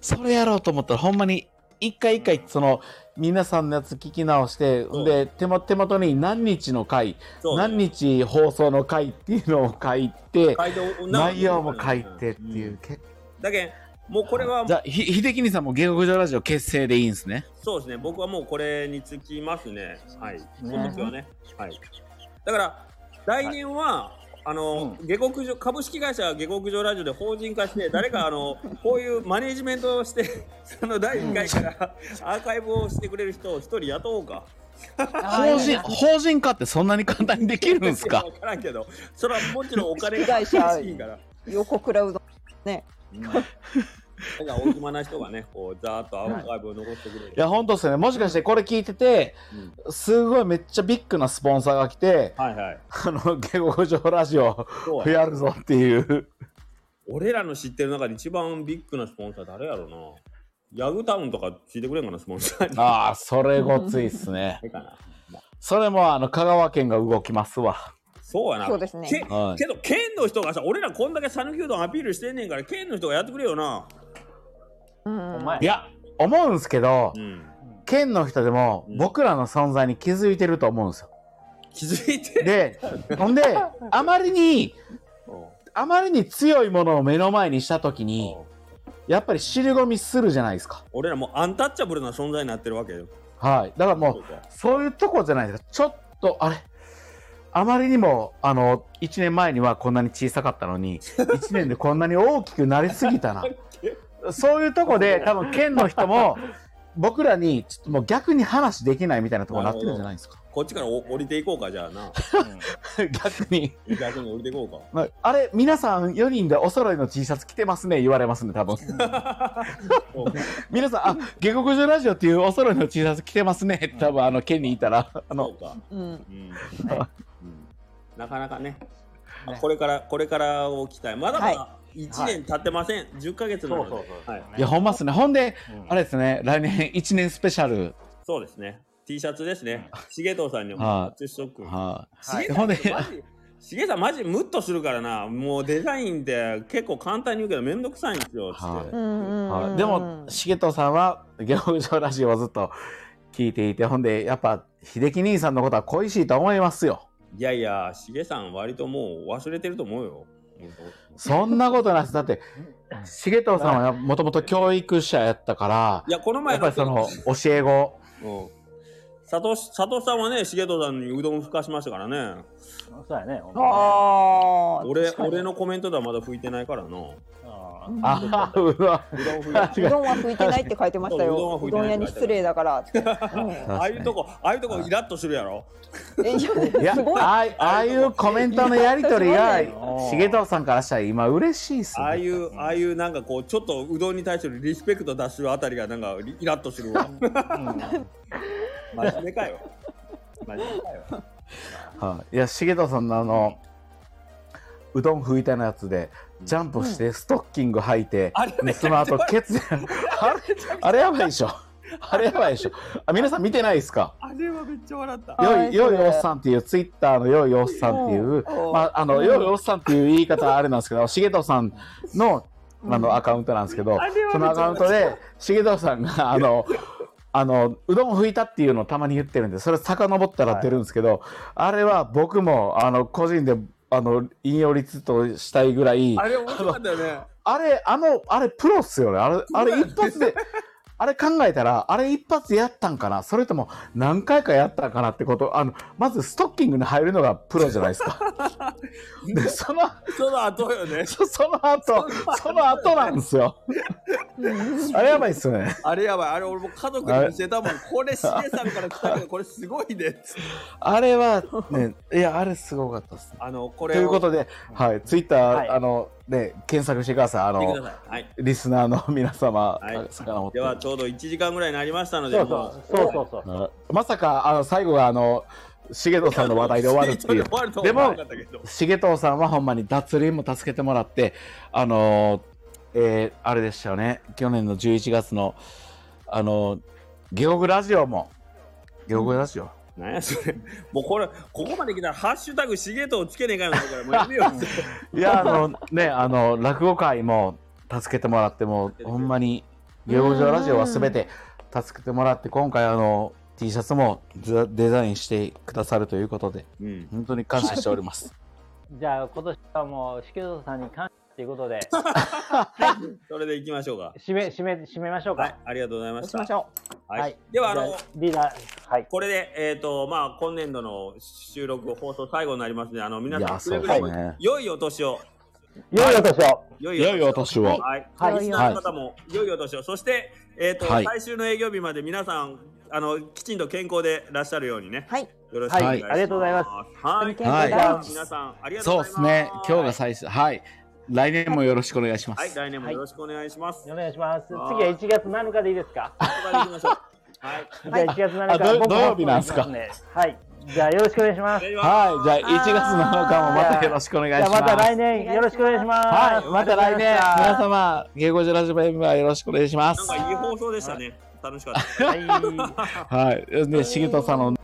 それやろうと思ったらほんまに一回一回、その、皆さんのやつ聞き直して、
そう
で、手も手元に何日の回、
そう
何日放送の回っていうのを書いて、
回答
内容も書いてっていう、
ん
結
だけんもうこれは
構じゃあ、ひ秀樹兄さんも下克上ラジオ結成でいいんですね。
そうですね僕はもうこれにつきますねはい今
ね
年はねはいだから来年は、あの、下克上株式会社下克上ラジオで法人化して誰かあ のこういうマネージメントをしてその第1回からアーカイブをしてくれる人を一人雇おうか
法人、法人化ってそんなに簡単にできるんで すか
分からんけどそれはもちろんお金が
株
欲し
式会社
いから
横クラウド
だから大暇な人がね、こうざーっとアーカイブを残してくれる。
いや、本当ですよね。もしかしてこれ聞いてて、すごいめっちゃビッグなスポンサーが来て、
はいはい。
あの、下克上ラジオ
そう
増
や
やるぞっていう。
俺らの知ってる中で一番ビッグなスポンサー誰やろうな。ヤグタウンとかついてくれんかな、スポンサー に。
ああ、それごついっすね。
いいかな
それも、あの、香川県が動きますわ。
そうやな。
そうですね
け
はい
けど、県の人がさ、俺らこんだけ讃岐うどんアピールしてんねんから、県の人がやってくれよな。
うん
お前
いや、思うんすけど
う、ん。
県の人でも
うん
僕らの存在に気づいてると思うんですよ。
気づいて。
で、ほんで、あまりに、あまりに強いものを目の前にしたときに、やっぱり尻込みするじゃないですか。
俺らもうアンタッチャブルな存在になってるわけよ。
はい。だからもう
そ、うか
そういうとこじゃないですか。ちょっと、あれ、あまりにも、あの、1年前にはこんなに小さかったの に、1年でこんなに大きくなりすぎたな。そういうとこで、多分県の人も、僕らに、ちょっともう逆に話できないみたいなとこになってるんじゃないですか。
こっちからお降りていこうか、じゃあな。
逆に。
逆に降りていこうか。
まああれ、皆さん4人でお揃いの T シャツ着てますね、言われますね、 多分。
そうか
皆さん、 あ、下克上ラジオっていうお揃いの T シャツ着てますね、多分、あの、県にいたら。あ
そ
の、
うか。
うん
うんうんなかなかね、あこれからこれからを期待まだまだ1年経ってません、10ヶ月なので
そうそうそう
はい、
いや、ほんまっすね。ほんで、
うん
あれですね、来年1年スペシャル。
そうですね T シャツですね重藤さんにも
はい
発注しとく
は
重
ほんで
藤さんマジ重さんマジムッとするからなもうデザインって結構簡単に言うけどめんどくさいんですよつって、
はい
うんう
い。
んうん
はい、でも、重藤さんは、下克上ラジオをずっと聞いていて、ほんで、やっぱ、秀樹兄さんのことは恋しいと思いますよ。
いやいや重さん割ともう忘れてると思うよ
そんなことないです。だって、重藤さんはもともと教育者やったから
い、やこの
や
前
っぱりその、教え子。
うん佐藤佐藤さんはね重藤さんにうどんふかしましたからね
そうやね。ほんま
ああ
俺俺のコメントではまだ拭いてないからな。う
ねあ
ああ、うわ。
どん拭いてな
うどんは拭いてないって書いてました
そううどんは
よ
拭。
う
いて
ど
ない
ん屋に失礼だからって。うん
ああいうとこ、ああいうとこイラッとするやろ。
えいや
いや、
すごい。
ああいああいうコメントのやりとりが、
す
ごいね
重藤さんからしたら今嬉しいっす
ああい
ね。
う、ああいうなんかこう、ちょっとうどんに対するリスペクト出するあたりがなんかリイラッとする わ。真面目かよ。真面目かよ。
はいいや、重藤さんのあの、うどん拭いたのやつで、ジャンプして、ストッキング履いて
あれ、
でその後、ケツで、あれ、あれやばいでしょ。あれやばいでしょ。あ、皆さん見てないですか
あれはめっちゃ笑った。
あ
よい、よい
それ
おっさんっていう、ツイッターのよいおっさんっていう、
うん
まあ、あの、よいおっさんっていう言い方はあれなんですけど、重藤さんの、あの、アカウントなんですけど、そのアカウントで、重藤さんが、あの、あの、うどん拭いたっていうのをたまに言ってるんで、それ遡ったら出るんですけど、あれは僕も、あの、個人で、あの、引用率としたいぐらい、
あれ面白かったよね。
あれ、あの、あれプロっすよね。あれ、あれ一発で、あれ考えたら、あれ一発でやったんかなそれとも何回かやったんかなってこと、あの、まずストッキングに入るのがプロじゃないです か。で、その、
その後よね。
そその後、その後なんですよ。 あれやばいっすよね。
あれやばい。あれ俺も家族に見せたもん。これ、しげさんから来たけど、これすごいねっつって。
あれは、 ね、いや、あれすごかったっすね。
あの、これ
と
を
いうことで、はい、ツイッター、
はい
あの、ね、検索してください。あ
見てく
の、
ださい。はい。
リスナーの皆様、
はい
魚持って
では、ちょうど1時間ぐらいになりましたので、
そう
もう
そうそうそうそう。
あまさかあの最後があの重藤さんの話題で終わるって いう
終わるとは
で
思わ
も
なかったけど
重藤さんはほんまに脱輪も助けてもらってあのーえーあれでしたよね去年の11月のあのーゲオグラジオもゲオグラジオ、
なんやそれ。もうこれ、ここまで来たら、ハッシュタグ、しげとをつけねえかよだから、もうやめよう。
いやあのねあの落語界も助けてもらってもうほんまにゲオグラジオは全て助けてもらって、今回あの、T シャツもずデザインしてくださるということで、
うん。
本当に感謝しております。
じゃあ、今年はもう、しきぞさんに感謝ということで、
それで行きましょうか。
締め、締め、締めましょうか。
はい、ありがとうございま
そう
し。
しましたょ
は
はいい。では、あ
じ
の
ゃあ、リーダー、はい。
これで、えっ、と、まあ、今年度の収録放送最後になりますので、あの、皆
い
さん、
や、
く
そ
れ
う
ぐ
で
れ
す
も
ね。
良いお年を。
良いお年を。
良
いよいよ
年を。
年を。
はい。
はい
リスナーの方も良いお年を。そして、えっ、と、
はい
最終の営業日まで皆さん、あの、きちんと健康でいらっしゃるようにね
う。。はい。
よろしくお願いします。。
はいありがとうございます
はい。
健
康
はい、
第一
じゃあ皆さん、ありがとう
そう
ございま
で
すす。
ね。今日が最初。はい。来年もよろしくお願いしま
はい、
す。
来年もよろしくお願いします。
お願いします。次
あー
は1月7日でいいですか。
そこから行きましょう。 はい。
じゃあ1月7
あ
日
土
僕も
土曜日なんすか
そうねはい。じゃあよろしくお願いしま
お
す。
願い
じ
します
はい。じゃあ、1月7日もまたよろしくお願い
ゃあ
します。
また来年よろしくお願いします。
はい。また来年、
あり
皆
がとう
様、芸語ジラジバ M はよろしくお願いしま
なん
す。
かいい放送でしたね。楽しかった。
ございましたはい。
はい。ね、しげとさんの